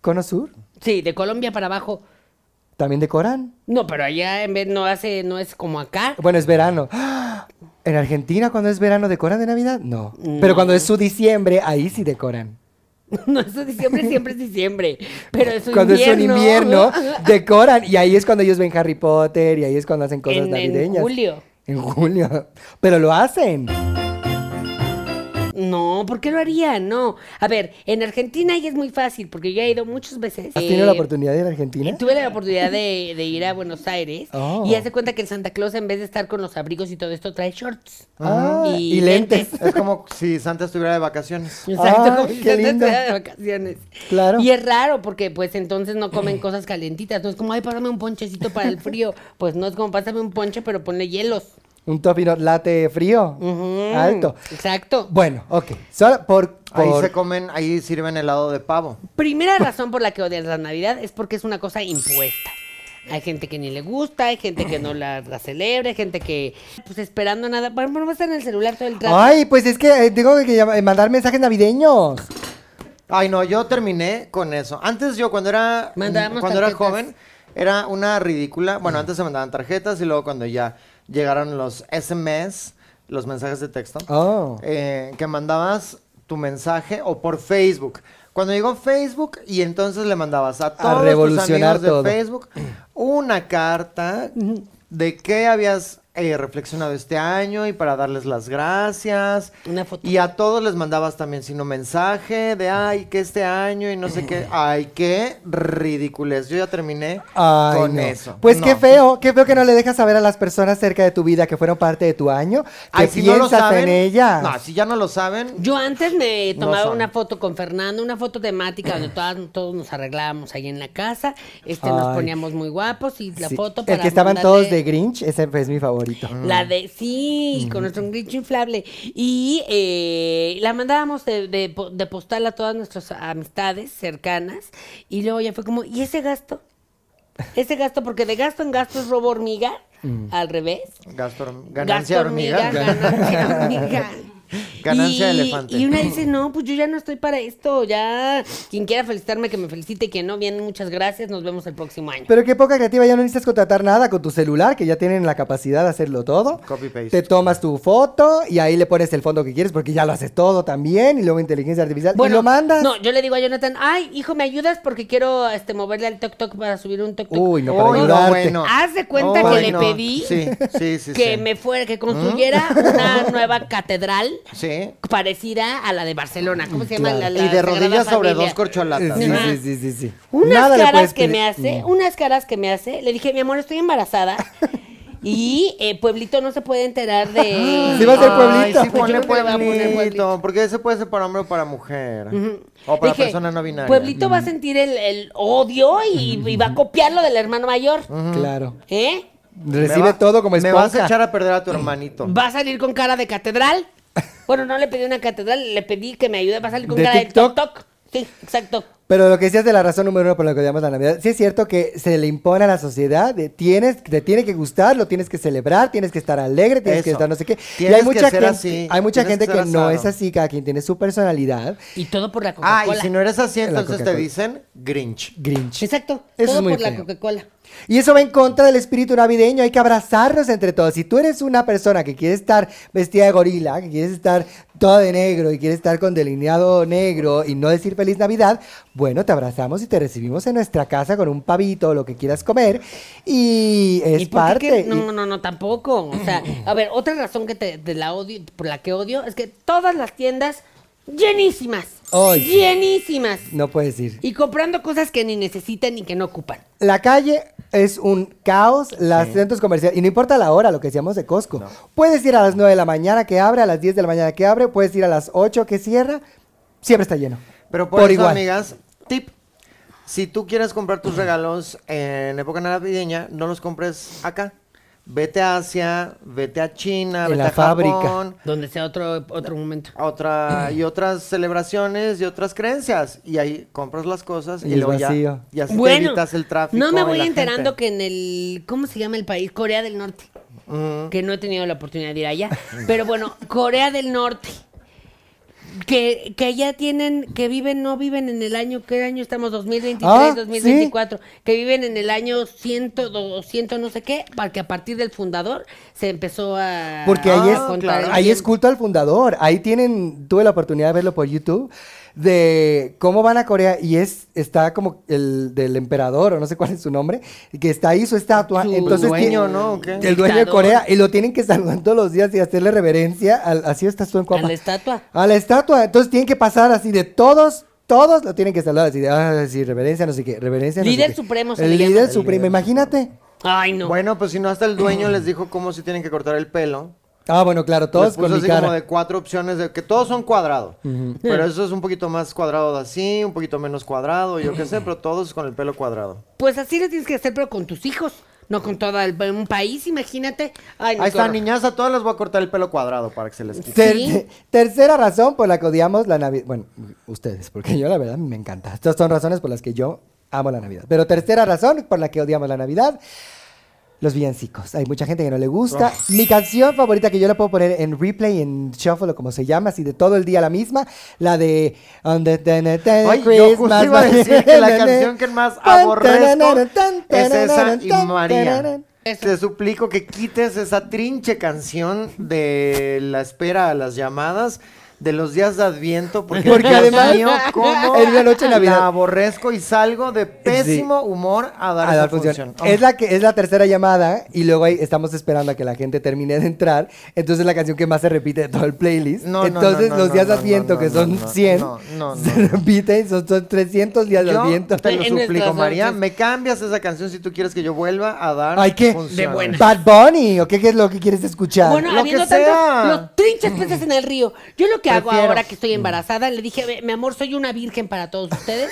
Speaker 4: ¿Cono Sur?
Speaker 2: sí, de Colombia para abajo.
Speaker 4: ¿También decoran?
Speaker 2: No, pero allá en vez no hace, no es como acá.
Speaker 4: Bueno, es verano. En Argentina, cuando es verano, ¿decoran de Navidad? No. Pero cuando es su diciembre, ahí sí decoran.
Speaker 2: No, eso diciembre siempre es diciembre. Pero es un
Speaker 4: cuando
Speaker 2: invierno.
Speaker 4: es un invierno, decoran. Y ahí es cuando ellos ven Harry Potter y ahí es cuando hacen cosas
Speaker 2: En- en
Speaker 4: navideñas.
Speaker 2: julio.
Speaker 4: En julio. Pero lo hacen.
Speaker 2: No, ¿por qué lo haría? No. A ver, en Argentina ahí es muy fácil, porque yo he ido muchas veces.
Speaker 4: ¿Has tenido la
Speaker 2: Eh,
Speaker 4: oportunidad de ir a Argentina?
Speaker 2: Tuve la oportunidad de, de ir a Buenos Aires
Speaker 4: Oh.
Speaker 2: y hace cuenta que el Santa Claus en vez de estar con los abrigos y todo esto trae shorts
Speaker 4: Ah, y lentes.
Speaker 3: Es como si Santa estuviera de vacaciones.
Speaker 2: Exacto,
Speaker 4: Ay,
Speaker 2: como
Speaker 4: qué
Speaker 2: si Santa
Speaker 4: lindo.
Speaker 2: estuviera de vacaciones.
Speaker 4: Claro.
Speaker 2: Y es raro porque pues entonces no comen cosas calentitas, no es como ay, pásame un ponchecito para el frío, pues no es como pásame un ponche pero ponle hielos.
Speaker 4: Un topino late frío.
Speaker 2: Ujú.
Speaker 4: Alto.
Speaker 2: Exacto.
Speaker 4: Bueno, ok. Solo por.
Speaker 3: Ahí
Speaker 4: por-
Speaker 3: se comen, ahí sirven helado de pavo.
Speaker 2: Primera razón por la que odias la Navidad es porque es una cosa impuesta. Hay gente que ni le gusta, hay gente que no la, la celebra, hay gente que, pues esperando nada. Bueno, no va a estar en el celular todo el rato.
Speaker 4: Ay, pues es que eh, tengo que llam- eh, mandar mensajes navideños.
Speaker 3: Ay, no, yo terminé con eso. Antes yo, cuando era,
Speaker 2: Mandábamos
Speaker 3: cuando era
Speaker 2: tarjetas.
Speaker 3: joven, era una ridícula. Bueno, antes se mandaban tarjetas y luego cuando ya llegaron los SMS, los mensajes de texto,
Speaker 4: Oh.
Speaker 3: eh, que mandabas tu mensaje o por Facebook. Cuando llegó Facebook y entonces le mandabas a todos tus
Speaker 4: revolucionar
Speaker 3: amigos de
Speaker 4: todo.
Speaker 3: Facebook una carta de qué habías eh, reflexionado este año y para darles las gracias.
Speaker 2: Una foto.
Speaker 3: Y a todos les mandabas también sino mensaje de ay, que este año y no sé qué. Ay, qué ridiculez. Yo ya terminé
Speaker 4: Ay,
Speaker 3: con
Speaker 4: no.
Speaker 3: eso.
Speaker 4: Pues
Speaker 3: No.
Speaker 4: qué feo, qué feo que no le dejas saber a las personas cerca de tu vida que fueron parte de tu año, que
Speaker 3: Ay, si no
Speaker 4: piensas
Speaker 3: lo saben.
Speaker 4: en ellas.
Speaker 3: No, si ya no lo saben.
Speaker 2: Yo antes me
Speaker 3: No
Speaker 2: tomaba
Speaker 3: sabe.
Speaker 2: una foto con Fernando, una foto temática donde todas, todos nos arreglábamos ahí en la casa, este nos
Speaker 4: Ay.
Speaker 2: poníamos muy guapos y la
Speaker 4: Sí,
Speaker 2: foto para
Speaker 4: el que estaban
Speaker 2: mandarle-
Speaker 4: todos de Grinch, ese es mi favorito.
Speaker 2: La de, sí, con nuestro grinch inflable. Y eh, la mandábamos de, de, po- de postal a todas nuestras amistades cercanas. Y luego ya fue como, ¿y ese gasto? Ese gasto, porque de gasto en gasto es robo hormiga, al revés.
Speaker 3: Gasto horm- ganancia
Speaker 2: Gasto
Speaker 3: hormiga.
Speaker 2: Ganancia hormiga.
Speaker 3: Ganancia
Speaker 2: y,
Speaker 3: de elefante.
Speaker 2: Y una dice, no, pues yo ya no estoy para esto, ya quien quiera felicitarme que me felicite, quien no, bien, muchas gracias, nos vemos el próximo año.
Speaker 4: Pero qué poca creativa, ya no necesitas contratar nada con tu celular, que ya tienen la capacidad de hacerlo todo.
Speaker 3: Copy paste.
Speaker 4: Te tomas tu foto y ahí le pones el fondo que quieres porque ya lo haces todo también y luego inteligencia artificial y lo mandas.
Speaker 2: No, yo le digo a Jonathan, ay, hijo, ¿me ayudas? Porque quiero este, moverle al toc-toc para subir un toc-toc.
Speaker 4: Uy, no, para
Speaker 3: Uy, no,
Speaker 4: ayudarte.
Speaker 3: bueno.
Speaker 2: Haz de cuenta que
Speaker 3: Ay,
Speaker 2: le
Speaker 3: no.
Speaker 2: pedí
Speaker 3: Sí, sí, sí,
Speaker 2: que
Speaker 3: sí.
Speaker 4: ¿Mm?
Speaker 2: me fuera, que construyera una nueva catedral
Speaker 3: Sí. Sí.
Speaker 2: parecida a la de Barcelona. ¿Cómo se llama?
Speaker 4: Claro.
Speaker 2: La- la
Speaker 3: Y de
Speaker 2: Sagrada
Speaker 3: rodillas sobre
Speaker 2: Familia.
Speaker 3: dos corcholatas.
Speaker 4: Sí,
Speaker 3: ¿no?
Speaker 2: Ajá.
Speaker 4: sí, sí, sí, sí.
Speaker 2: Unas
Speaker 4: le
Speaker 2: caras
Speaker 4: puedes
Speaker 2: que me
Speaker 4: pedir.
Speaker 2: hace, unas caras que me hace. Le dije, mi amor, estoy embarazada. y eh, Pueblito no se puede enterar de.
Speaker 4: Sí va a ser
Speaker 2: Ay,
Speaker 4: pueblito.
Speaker 3: sí, ponle
Speaker 2: yo creo que va a poner
Speaker 3: pueblito,
Speaker 2: pueblito.
Speaker 3: Porque ese puede ser para hombre o para mujer. O para
Speaker 2: Dije,
Speaker 3: Oh, persona no binaria.
Speaker 2: Pueblito
Speaker 4: Mm.
Speaker 2: va a sentir el, el odio y, y va a copiarlo del hermano mayor.
Speaker 4: Claro.
Speaker 2: ¿Eh?
Speaker 3: Me
Speaker 4: Recibe
Speaker 3: va-
Speaker 4: todo como esponja.
Speaker 3: Me vas a echar a perder a tu hermanito.
Speaker 2: Va a salir con cara de catedral. Bueno, no le pedí una catedral, le pedí que me ayude a salir con
Speaker 4: ¿De
Speaker 2: cara
Speaker 4: TikTok?
Speaker 2: de TikTok. Sí, exacto.
Speaker 4: Pero lo que decías de la razón número uno por la que odiamos la Navidad, sí es cierto que se le impone a la sociedad, de tienes, te tiene que gustar, lo tienes que celebrar, tienes que estar alegre, tienes que
Speaker 3: Eso.
Speaker 4: estar no sé qué. y
Speaker 3: Tienes
Speaker 4: hay
Speaker 3: que
Speaker 4: mucha
Speaker 3: ser
Speaker 4: gente,
Speaker 3: así,
Speaker 4: hay mucha gente
Speaker 3: tienes que
Speaker 4: que,
Speaker 3: ser
Speaker 4: no
Speaker 3: asado.
Speaker 4: es así, cada quien tiene su personalidad.
Speaker 2: Y todo por la
Speaker 3: Ah,
Speaker 2: Coca-Cola.
Speaker 3: y si no eres así,
Speaker 4: En la
Speaker 3: entonces te
Speaker 4: Coca-Cola.
Speaker 3: dicen Grinch.
Speaker 4: Grinch.
Speaker 2: Exacto.
Speaker 4: Eso
Speaker 2: todo
Speaker 4: es muy
Speaker 2: por la
Speaker 4: feo.
Speaker 2: Coca-Cola.
Speaker 4: Y eso va en contra del espíritu navideño, hay que abrazarnos entre todos. Si tú eres una persona que quiere estar vestida de gorila, que quieres estar toda de negro y quieres estar con delineado negro y no decir feliz Navidad, bueno, te abrazamos y te recibimos en nuestra casa con un pavito o lo que quieras comer y es
Speaker 2: ¿Y por qué
Speaker 4: parte.
Speaker 2: que- No, no, no, tampoco. O sea, a ver, otra razón que te, de la odio, por la que odio, es que todas las tiendas llenísimas.
Speaker 4: Ay, sí.
Speaker 2: llenísimas.
Speaker 4: y- no puedes ir.
Speaker 2: Y comprando cosas que ni necesitan ni que no ocupan.
Speaker 4: La calle es un caos, los centros comerciales, y no importa la hora, lo que decíamos de Costco. Puedes ir a las 9 de la mañana que abre, a las 10 de la mañana que abre, puedes ir a las 8 que cierra, siempre está lleno.
Speaker 3: Pero por,
Speaker 4: Por
Speaker 3: eso,
Speaker 4: igual.
Speaker 3: amigas, tip. Si tú quieres comprar tus regalos en época navideña, no los compres acá. Vete a Asia, vete a China,
Speaker 4: En
Speaker 3: vete
Speaker 4: la
Speaker 3: a
Speaker 4: fábrica.
Speaker 3: Japón,
Speaker 2: Donde sea otro, otro momento.
Speaker 3: a otra y otras celebraciones y otras creencias y ahí compras las cosas y,
Speaker 4: Y el
Speaker 3: luego ya,
Speaker 4: vacío.
Speaker 3: ya así te evitas el tráfico.
Speaker 2: no me voy
Speaker 3: y la
Speaker 2: enterando
Speaker 3: gente.
Speaker 2: que en el, ¿cómo se llama el país? Corea del Norte. Que no he tenido la oportunidad de ir allá. Pero bueno, Corea del Norte. Que, que allá tienen, que viven, no viven en el año, ¿qué año estamos? 2023,
Speaker 4: Ah,
Speaker 2: 2024. Que viven en el año 100, 200, no sé qué, para que a partir del fundador se empezó a...
Speaker 4: Porque ahí,
Speaker 2: a
Speaker 4: es,
Speaker 2: contar el
Speaker 4: Ah, ahí es
Speaker 2: tiempo.
Speaker 4: culto al fundador. Ahí tienen, tuve la oportunidad de verlo por YouTube, de cómo van a Corea y es, está como el del emperador, o no sé cuál es su nombre, que está ahí su estatua.
Speaker 2: Su
Speaker 4: Entonces,
Speaker 3: dueño,
Speaker 4: tiene-
Speaker 3: ¿no? ¿O qué?
Speaker 4: El dueño de
Speaker 2: Dictador.
Speaker 4: Corea. Y lo tienen que saludar todos los días y hacerle reverencia. Al, así estás tú en Coapa.
Speaker 2: A la estatua.
Speaker 4: A la estatua. Entonces tienen que pasar así de todos. Todos lo tienen que saludar así, de, ah, sí, reverencia, no sé qué, reverencia, no sé
Speaker 2: Líder
Speaker 4: qué.
Speaker 2: supremo se
Speaker 4: El
Speaker 2: le llama.
Speaker 4: líder supremo, imagínate.
Speaker 2: Ay, no.
Speaker 3: Bueno, pues si no hasta el dueño les dijo cómo se tienen que cortar el pelo.
Speaker 4: Ah, bueno, claro,
Speaker 3: Todos
Speaker 4: todos con mi
Speaker 3: así
Speaker 4: cara.
Speaker 3: como de cuatro opciones de que todos son cuadrado. Pero eso es un poquito más cuadrado de así, un poquito menos cuadrado, yo qué sé, pero todos con el pelo cuadrado.
Speaker 2: Pues así lo tienes que hacer, pero con tus hijos, no con todo el, un país, imagínate. Ay, no,
Speaker 3: Ahí
Speaker 2: qué
Speaker 3: está,
Speaker 2: horror.
Speaker 3: niñas, a todas les voy a cortar el pelo cuadrado para que se les quite.
Speaker 4: Ter-
Speaker 2: Sí.
Speaker 4: Tercera razón por la que odiamos la Navidad. Bueno, ustedes, porque yo la verdad me encanta. Estas son razones por las que yo amo la Navidad. Pero tercera razón por la que odiamos la Navidad. Los villancicos. Hay mucha gente que no le gusta. Mi canción favorita que yo la puedo poner en replay, en shuffle o como se llama, así de todo el día la misma, la de... On the- the- the- the
Speaker 3: Ay, yo
Speaker 4: Christmas-
Speaker 3: justo iba a decir que la canción que más aborrezco es esa y María.
Speaker 2: Eso.
Speaker 3: Te suplico que quites esa trinche canción de la espera a las llamadas de los días de Adviento, porque,
Speaker 4: Porque
Speaker 3: Dios
Speaker 4: además
Speaker 3: mío, cómo
Speaker 4: es la noche de Navidad.
Speaker 3: la aborrezco y salgo de pésimo humor a dar
Speaker 4: a
Speaker 3: esa
Speaker 4: dar función.
Speaker 3: función. Oh.
Speaker 4: Es la que es la tercera llamada y luego ahí estamos esperando a que la gente termine de entrar. Entonces es la canción que más se repite de todo el playlist.
Speaker 3: No, no,
Speaker 4: Entonces
Speaker 3: no, no,
Speaker 4: los
Speaker 3: no,
Speaker 4: días de
Speaker 3: no,
Speaker 4: asiento
Speaker 3: no,
Speaker 4: que
Speaker 3: no,
Speaker 4: son
Speaker 3: no,
Speaker 4: 100
Speaker 3: no, no,
Speaker 4: se
Speaker 3: no.
Speaker 4: repiten, son, son 300 días de
Speaker 3: Yo
Speaker 4: asiento.
Speaker 3: te lo
Speaker 2: En nuestras
Speaker 3: suplico, María.
Speaker 2: noches.
Speaker 3: Me cambias esa canción si tú quieres que yo vuelva a dar
Speaker 4: Ay, ¿qué?
Speaker 3: funciones.
Speaker 2: De buena.
Speaker 4: Bad Bunny, ¿o qué, qué es lo que quieres escuchar?
Speaker 2: Bueno,
Speaker 3: lo que
Speaker 2: habiendo
Speaker 3: sea.
Speaker 2: tantos los trinches peces en el río. Yo lo que hago
Speaker 3: Prefiero.
Speaker 2: ahora que estoy embarazada, le dije, "Ve, mi amor, soy una virgen para todos ustedes.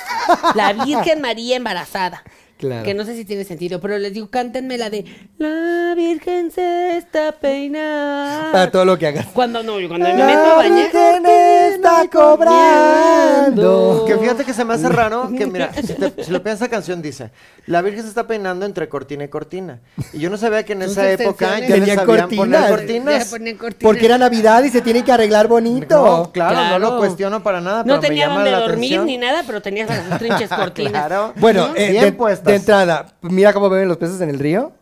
Speaker 2: La Virgen María embarazada.
Speaker 4: Claro.
Speaker 2: Que no sé si tiene sentido, pero les digo, cántenme la de La Virgen se está peinando.
Speaker 4: Para todo lo que hagas.
Speaker 2: Cuando no, yo cuando me meto a bañar.
Speaker 4: Virgen está cobrando.
Speaker 3: Que fíjate que se me hace raro que, mira, si, te- si lo piensas, esa canción dice: La Virgen se está peinando entre cortina y cortina. Y yo no sabía que en esa
Speaker 2: Entonces,
Speaker 3: época
Speaker 2: tensiones.
Speaker 3: ya les
Speaker 4: Tenía
Speaker 3: sabían poner
Speaker 2: Ya
Speaker 3: cortinas.
Speaker 2: ponen cortinas.
Speaker 4: Porque era Navidad y se tiene que arreglar bonito.
Speaker 3: No, claro, no lo
Speaker 2: Claro.
Speaker 3: cuestiono para nada.
Speaker 2: No
Speaker 3: pero me
Speaker 2: tenía
Speaker 3: llama
Speaker 2: donde
Speaker 3: la
Speaker 2: dormir
Speaker 3: atención.
Speaker 2: ni nada, pero tenías las sus trinches cortinas.
Speaker 3: Claro.
Speaker 4: Bueno,
Speaker 3: Bien
Speaker 4: eh, de,
Speaker 3: puestas.
Speaker 4: de entrada, mira cómo beben los peces en el río.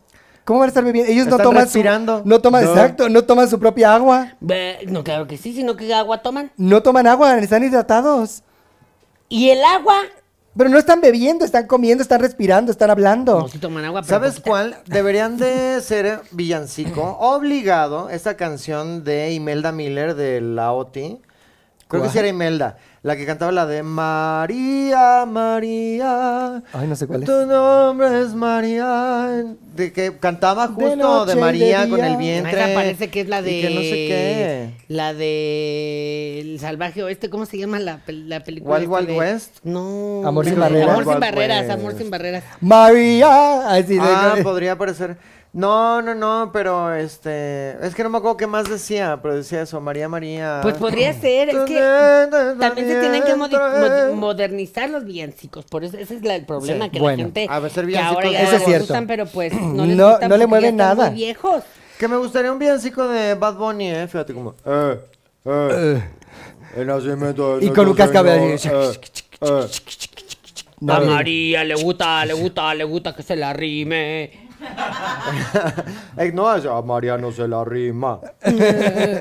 Speaker 4: ¿Cómo van a estar bebiendo? Ellos no
Speaker 3: Están
Speaker 4: toman
Speaker 3: respirando.
Speaker 4: su no toman
Speaker 3: No.
Speaker 4: exacto, no toman su propia agua,
Speaker 2: Ve, No, claro que sí, sino que agua toman.
Speaker 4: no toman agua, están hidratados.
Speaker 2: Y el agua
Speaker 4: Pero no están bebiendo, están comiendo, están respirando, están hablando.
Speaker 2: Como si toman agua, pero
Speaker 3: ¿Sabes
Speaker 2: poquita.
Speaker 3: cuál? Deberían de ser villancico obligado esta canción de Imelda Miller de La OTI. Creo que sí era Imelda, la que cantaba la de María, María.
Speaker 4: Ay, no sé cuál es.
Speaker 3: Tu nombre es María. De que cantaba justo de,
Speaker 4: noche y de
Speaker 3: María con
Speaker 4: día.
Speaker 3: el
Speaker 2: Esa
Speaker 3: vientre.
Speaker 2: parece que es la de.
Speaker 3: y que no sé qué. Ah,
Speaker 2: La de. El Salvaje Oeste. ¿Cómo se llama la, pel- la película?
Speaker 3: Wild
Speaker 2: esta
Speaker 3: Wild
Speaker 2: de-
Speaker 3: West?
Speaker 2: No.
Speaker 4: Amor sin
Speaker 2: no,
Speaker 4: barreras.
Speaker 2: Amor sin
Speaker 3: Wild
Speaker 2: barreras.
Speaker 3: West.
Speaker 2: Amor sin barreras.
Speaker 4: María. Así de-
Speaker 3: Ah,
Speaker 2: pues,
Speaker 3: podría parecer. No, no, no, pero este. Es que no me acuerdo qué más decía, pero decía eso, María, María.
Speaker 2: Pues podría ser. Es que. También se tienen que modi- mod- modernizar los villancicos, por eso ese es la- el problema
Speaker 3: Sí,
Speaker 2: que
Speaker 4: bueno.
Speaker 2: la gente
Speaker 3: A ver, ser
Speaker 2: que ahora
Speaker 3: villancicos
Speaker 2: ya
Speaker 4: Eso
Speaker 2: no
Speaker 4: es
Speaker 2: les
Speaker 4: cierto.
Speaker 2: gustan, pero pues no les
Speaker 4: No-
Speaker 2: gustan
Speaker 4: no le
Speaker 2: porque ya
Speaker 4: mueven
Speaker 2: están muy
Speaker 4: nada.
Speaker 2: viejos.
Speaker 3: Que me gustaría un villancico de Bad Bunny, eh. Fíjate como. Eh, eh. El nacimiento de
Speaker 4: Y con un
Speaker 3: nuestro
Speaker 4: cascabel.
Speaker 3: Señor, eh, eh.
Speaker 4: No,
Speaker 2: a
Speaker 4: no.
Speaker 2: María le gusta, le gusta, le gusta que se la rime.
Speaker 3: Eh, no, es- a María no se la rima.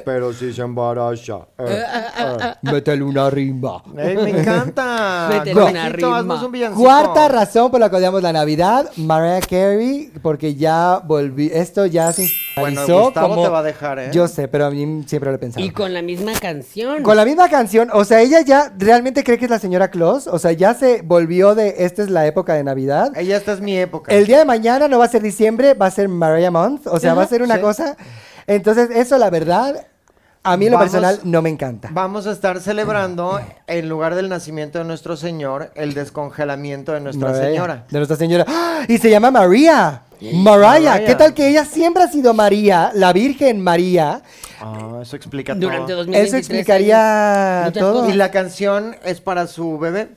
Speaker 3: pero sí se embaraza. eh.
Speaker 4: Métele una rimba.
Speaker 3: Ey, me encanta.
Speaker 2: Métele
Speaker 3: Conejito,
Speaker 2: una rima.
Speaker 3: haznos un villancico.
Speaker 4: Cuarta razón por la que odiamos la Navidad, Mariah Carey, porque ya volví, esto ya se
Speaker 3: Bueno,
Speaker 4: institucionalizó
Speaker 3: Gustavo
Speaker 4: como-
Speaker 3: te va a dejar, ¿eh?
Speaker 4: Yo sé, pero a mí siempre lo he pensado.
Speaker 2: Y con la misma canción.
Speaker 4: Con la misma canción, o sea, ella ya realmente cree que es la señora Claus, o sea, ya se volvió de esta es la época de Navidad.
Speaker 3: Ella, esta es mi época.
Speaker 4: El día de mañana no va a ser diciembre, va a ser Mariah Month, o sea, va a ser una
Speaker 3: sí.
Speaker 4: cosa. Entonces, eso la verdad, a mí en lo
Speaker 3: Vamos-
Speaker 4: personal no me encanta.
Speaker 3: Vamos a estar celebrando, en lugar del nacimiento de nuestro Señor, el descongelamiento de nuestra
Speaker 4: Mariah,
Speaker 3: Señora.
Speaker 4: De Nuestra Señora. ¡Ah! Y se llama María. Mariah.
Speaker 3: Mariah.
Speaker 4: ¿Qué tal que ella siempre ha sido María, la Virgen María?
Speaker 3: Ah, eso explica
Speaker 2: Durante
Speaker 3: todo.
Speaker 2: 2023
Speaker 4: Eso explicaría
Speaker 2: años, muchas
Speaker 4: todo.
Speaker 2: cosas.
Speaker 3: Y la canción es para su bebé.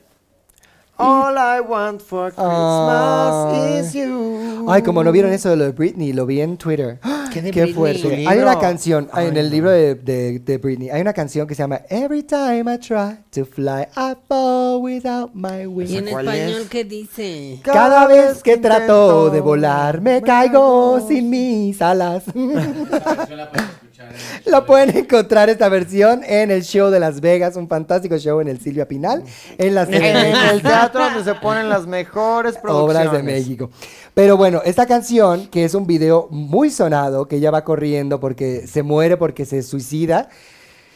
Speaker 3: All I want for Christmas
Speaker 4: Ay.
Speaker 3: is you.
Speaker 4: Ah. Ay, como no vieron eso de lo de Britney, lo vi en Twitter.
Speaker 2: ¿Qué de Britney? Su
Speaker 4: fuerte. Hay
Speaker 3: libro.
Speaker 4: una canción ay, en el libro de, de- de Britney. Hay una canción que se llama Every time I try to fly, I fall without my
Speaker 2: ¿Y en
Speaker 4: wings.
Speaker 3: ¿Cuál
Speaker 2: español
Speaker 3: es?
Speaker 2: qué dice?
Speaker 4: Cada vez que trato
Speaker 3: intento,
Speaker 4: de volar, me caigo sin mis alas. La pueden encontrar esta versión en el show de Las Vegas, un fantástico show en el Silvia Pinal, en la
Speaker 3: En el
Speaker 4: CDMX.
Speaker 3: teatro donde se ponen las mejores producciones.
Speaker 4: Obras de México. Pero bueno, esta canción, que es un video muy sonado, que ella va corriendo porque se muere, porque se suicida,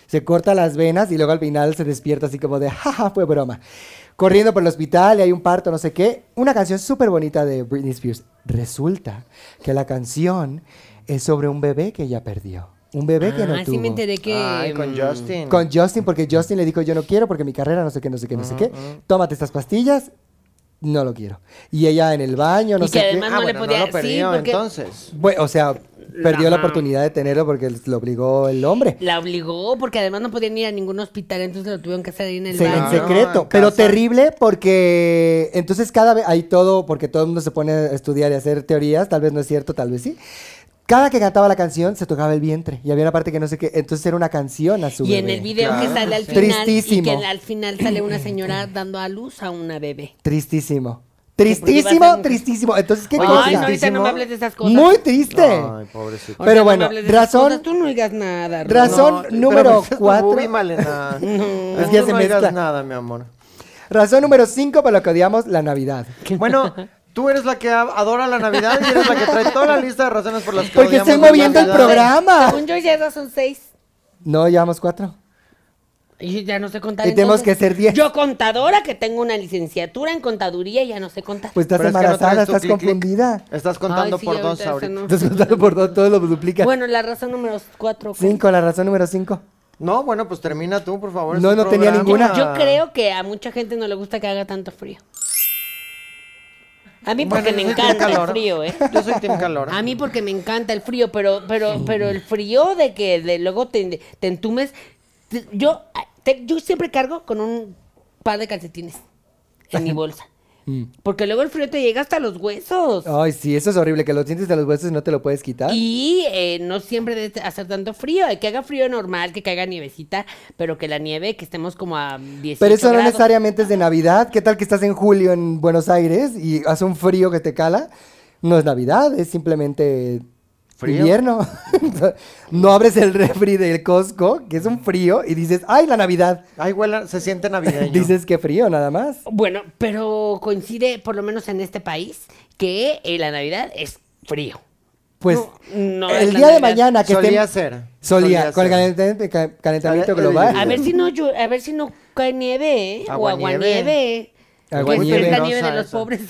Speaker 4: se corta las venas y luego al final se despierta así como de, jaja, fue broma. Corriendo por el hospital y hay un parto, no sé qué. Una canción súper bonita de Britney Spears. Resulta que la canción es sobre un bebé que ella perdió. Un bebé que no
Speaker 2: ah,
Speaker 4: tuvo.
Speaker 2: sí me enteré que...
Speaker 3: Ay, con
Speaker 2: mm,
Speaker 3: Justin.
Speaker 4: Con Justin, porque Justin le dijo, yo no quiero porque mi carrera no sé qué, no sé qué, no sé qué. Tómate estas pastillas. No lo quiero. Y ella en el baño, no
Speaker 2: y
Speaker 4: sé
Speaker 2: que
Speaker 4: qué.
Speaker 2: además
Speaker 3: Ah,
Speaker 2: no
Speaker 3: bueno,
Speaker 2: le
Speaker 3: no
Speaker 2: podía...
Speaker 3: lo perdió,
Speaker 2: sí, porque
Speaker 3: entonces.
Speaker 4: Bue- o sea, perdió la
Speaker 2: Ajá.
Speaker 4: oportunidad de tenerlo porque lo obligó el hombre.
Speaker 2: La obligó, porque además no podían ir a ningún hospital, entonces lo tuvieron que hacer ahí en el
Speaker 4: Se- en
Speaker 2: baño.
Speaker 3: Claro,
Speaker 4: secreto,
Speaker 3: en
Speaker 4: pero
Speaker 3: casa.
Speaker 4: terrible porque entonces cada vez hay todo, porque todo el mundo se pone a estudiar y a hacer teorías, tal vez no es cierto, tal vez sí. Cada que cantaba la canción se tocaba el vientre y había una parte que no sé qué, entonces era una canción a su
Speaker 2: Y en
Speaker 4: bebé.
Speaker 2: el video que sale al
Speaker 4: sí.
Speaker 2: final, y
Speaker 4: Tristísimo.
Speaker 2: que al final sale una señora dando a luz a una bebé.
Speaker 4: Tristísimo.
Speaker 2: Porque iba a
Speaker 4: Tristísimo,
Speaker 2: ser-
Speaker 4: tristísimo. Entonces, ¿qué
Speaker 2: Ay,
Speaker 4: cosa?
Speaker 2: no, ahorita no me hables de esas cosas.
Speaker 4: Muy triste.
Speaker 3: Ay, pobrecito.
Speaker 2: Ahorita
Speaker 4: Pero
Speaker 2: no
Speaker 4: bueno,
Speaker 2: me hables de esas
Speaker 4: razón-
Speaker 2: cosas, tú no digas nada. Rulo.
Speaker 4: Razón- número cuatro.
Speaker 3: Es Malena.
Speaker 4: Es que
Speaker 3: no
Speaker 4: se
Speaker 3: no digas
Speaker 4: mezcla.
Speaker 3: nada, mi amor.
Speaker 4: Razón número 5 para lo que odiamos la Navidad.
Speaker 3: Bueno, tú eres la que a- adora la Navidad y eres la que trae toda la lista de razones por las que
Speaker 4: Porque estoy
Speaker 3: odiamos la
Speaker 4: moviendo el
Speaker 3: Navidad.
Speaker 4: programa.
Speaker 2: Según yo ya esas son seis.
Speaker 4: No, llevamos cuatro.
Speaker 2: Y yo ya no sé contar.
Speaker 4: Y tenemos
Speaker 2: entonces.
Speaker 4: que ser diez.
Speaker 2: Yo contadora que tengo una licenciatura en contaduría ya no sé contar.
Speaker 4: Pues estás
Speaker 3: Pero es que no
Speaker 4: embarazada,
Speaker 3: traes tu
Speaker 4: estás
Speaker 3: clic, clic.
Speaker 4: confundida.
Speaker 3: Estás contando
Speaker 2: Ay, sí,
Speaker 3: por
Speaker 2: ahorita
Speaker 3: dos
Speaker 2: eso
Speaker 3: ahorita.
Speaker 2: no.
Speaker 4: Estás contando por todo, todo lo duplica.
Speaker 2: Bueno, la razón número cuatro. ¿cuál?
Speaker 4: Cinco, la razón número 5.
Speaker 3: No, bueno, pues termina tú, por favor. es
Speaker 4: No,
Speaker 3: tu
Speaker 4: no tenía
Speaker 3: programa.
Speaker 4: ninguna.
Speaker 2: Yo creo que a mucha gente no le gusta que haga tanto frío. A mí
Speaker 3: Bueno,
Speaker 2: porque
Speaker 3: yo
Speaker 2: me
Speaker 3: soy team
Speaker 2: encanta el
Speaker 3: calor.
Speaker 2: frío, ¿eh?
Speaker 3: Yo soy Team Calor.
Speaker 2: A mí porque me encanta el frío, pero, pero, pero el frío de que de luego te, te entumes. te- Yo, te- yo siempre cargo con un par de calcetines en mi bolsa.
Speaker 3: Mm.
Speaker 2: Porque luego el frío te llega hasta los huesos.
Speaker 4: Ay, sí, eso es horrible, que lo sientes de los huesos y no te lo puedes quitar.
Speaker 2: Y eh, no siempre debe hacer tanto frío. Que haga frío normal, que caiga nievecita, pero que la nieve, que estemos como a 18
Speaker 4: Pero eso no
Speaker 2: grados.
Speaker 4: necesariamente es de Navidad. ¿Qué tal que estás en julio en Buenos Aires y hace un frío que te cala? No es Navidad, es simplemente
Speaker 3: Frío.
Speaker 4: Invierno. no abres el refri del Costco, que es un frío, y dices, ¡ay, la Navidad!
Speaker 3: Ay, huele, se siente
Speaker 2: Este
Speaker 3: navideño.
Speaker 4: dices, ¡qué frío, nada más!
Speaker 2: Bueno, pero coincide, por lo menos en este país, que eh, la Navidad es frío.
Speaker 4: Pues,
Speaker 2: No, no es
Speaker 4: el
Speaker 2: la
Speaker 4: día de
Speaker 2: Navidad.
Speaker 4: mañana que
Speaker 3: solía
Speaker 4: estén-
Speaker 3: ser.
Speaker 4: Solía, con el
Speaker 3: ser. eh,
Speaker 4: calentamiento, ca- calentamiento
Speaker 3: A ver,
Speaker 4: global.
Speaker 2: A ver si no llu- a ver si no cae nieve, ¿eh? o
Speaker 3: Aguanieve.
Speaker 2: aguanieve. Que
Speaker 4: Aguanieve.
Speaker 2: es la nieve de
Speaker 3: Peligrosa
Speaker 2: los
Speaker 3: esa.
Speaker 2: pobres.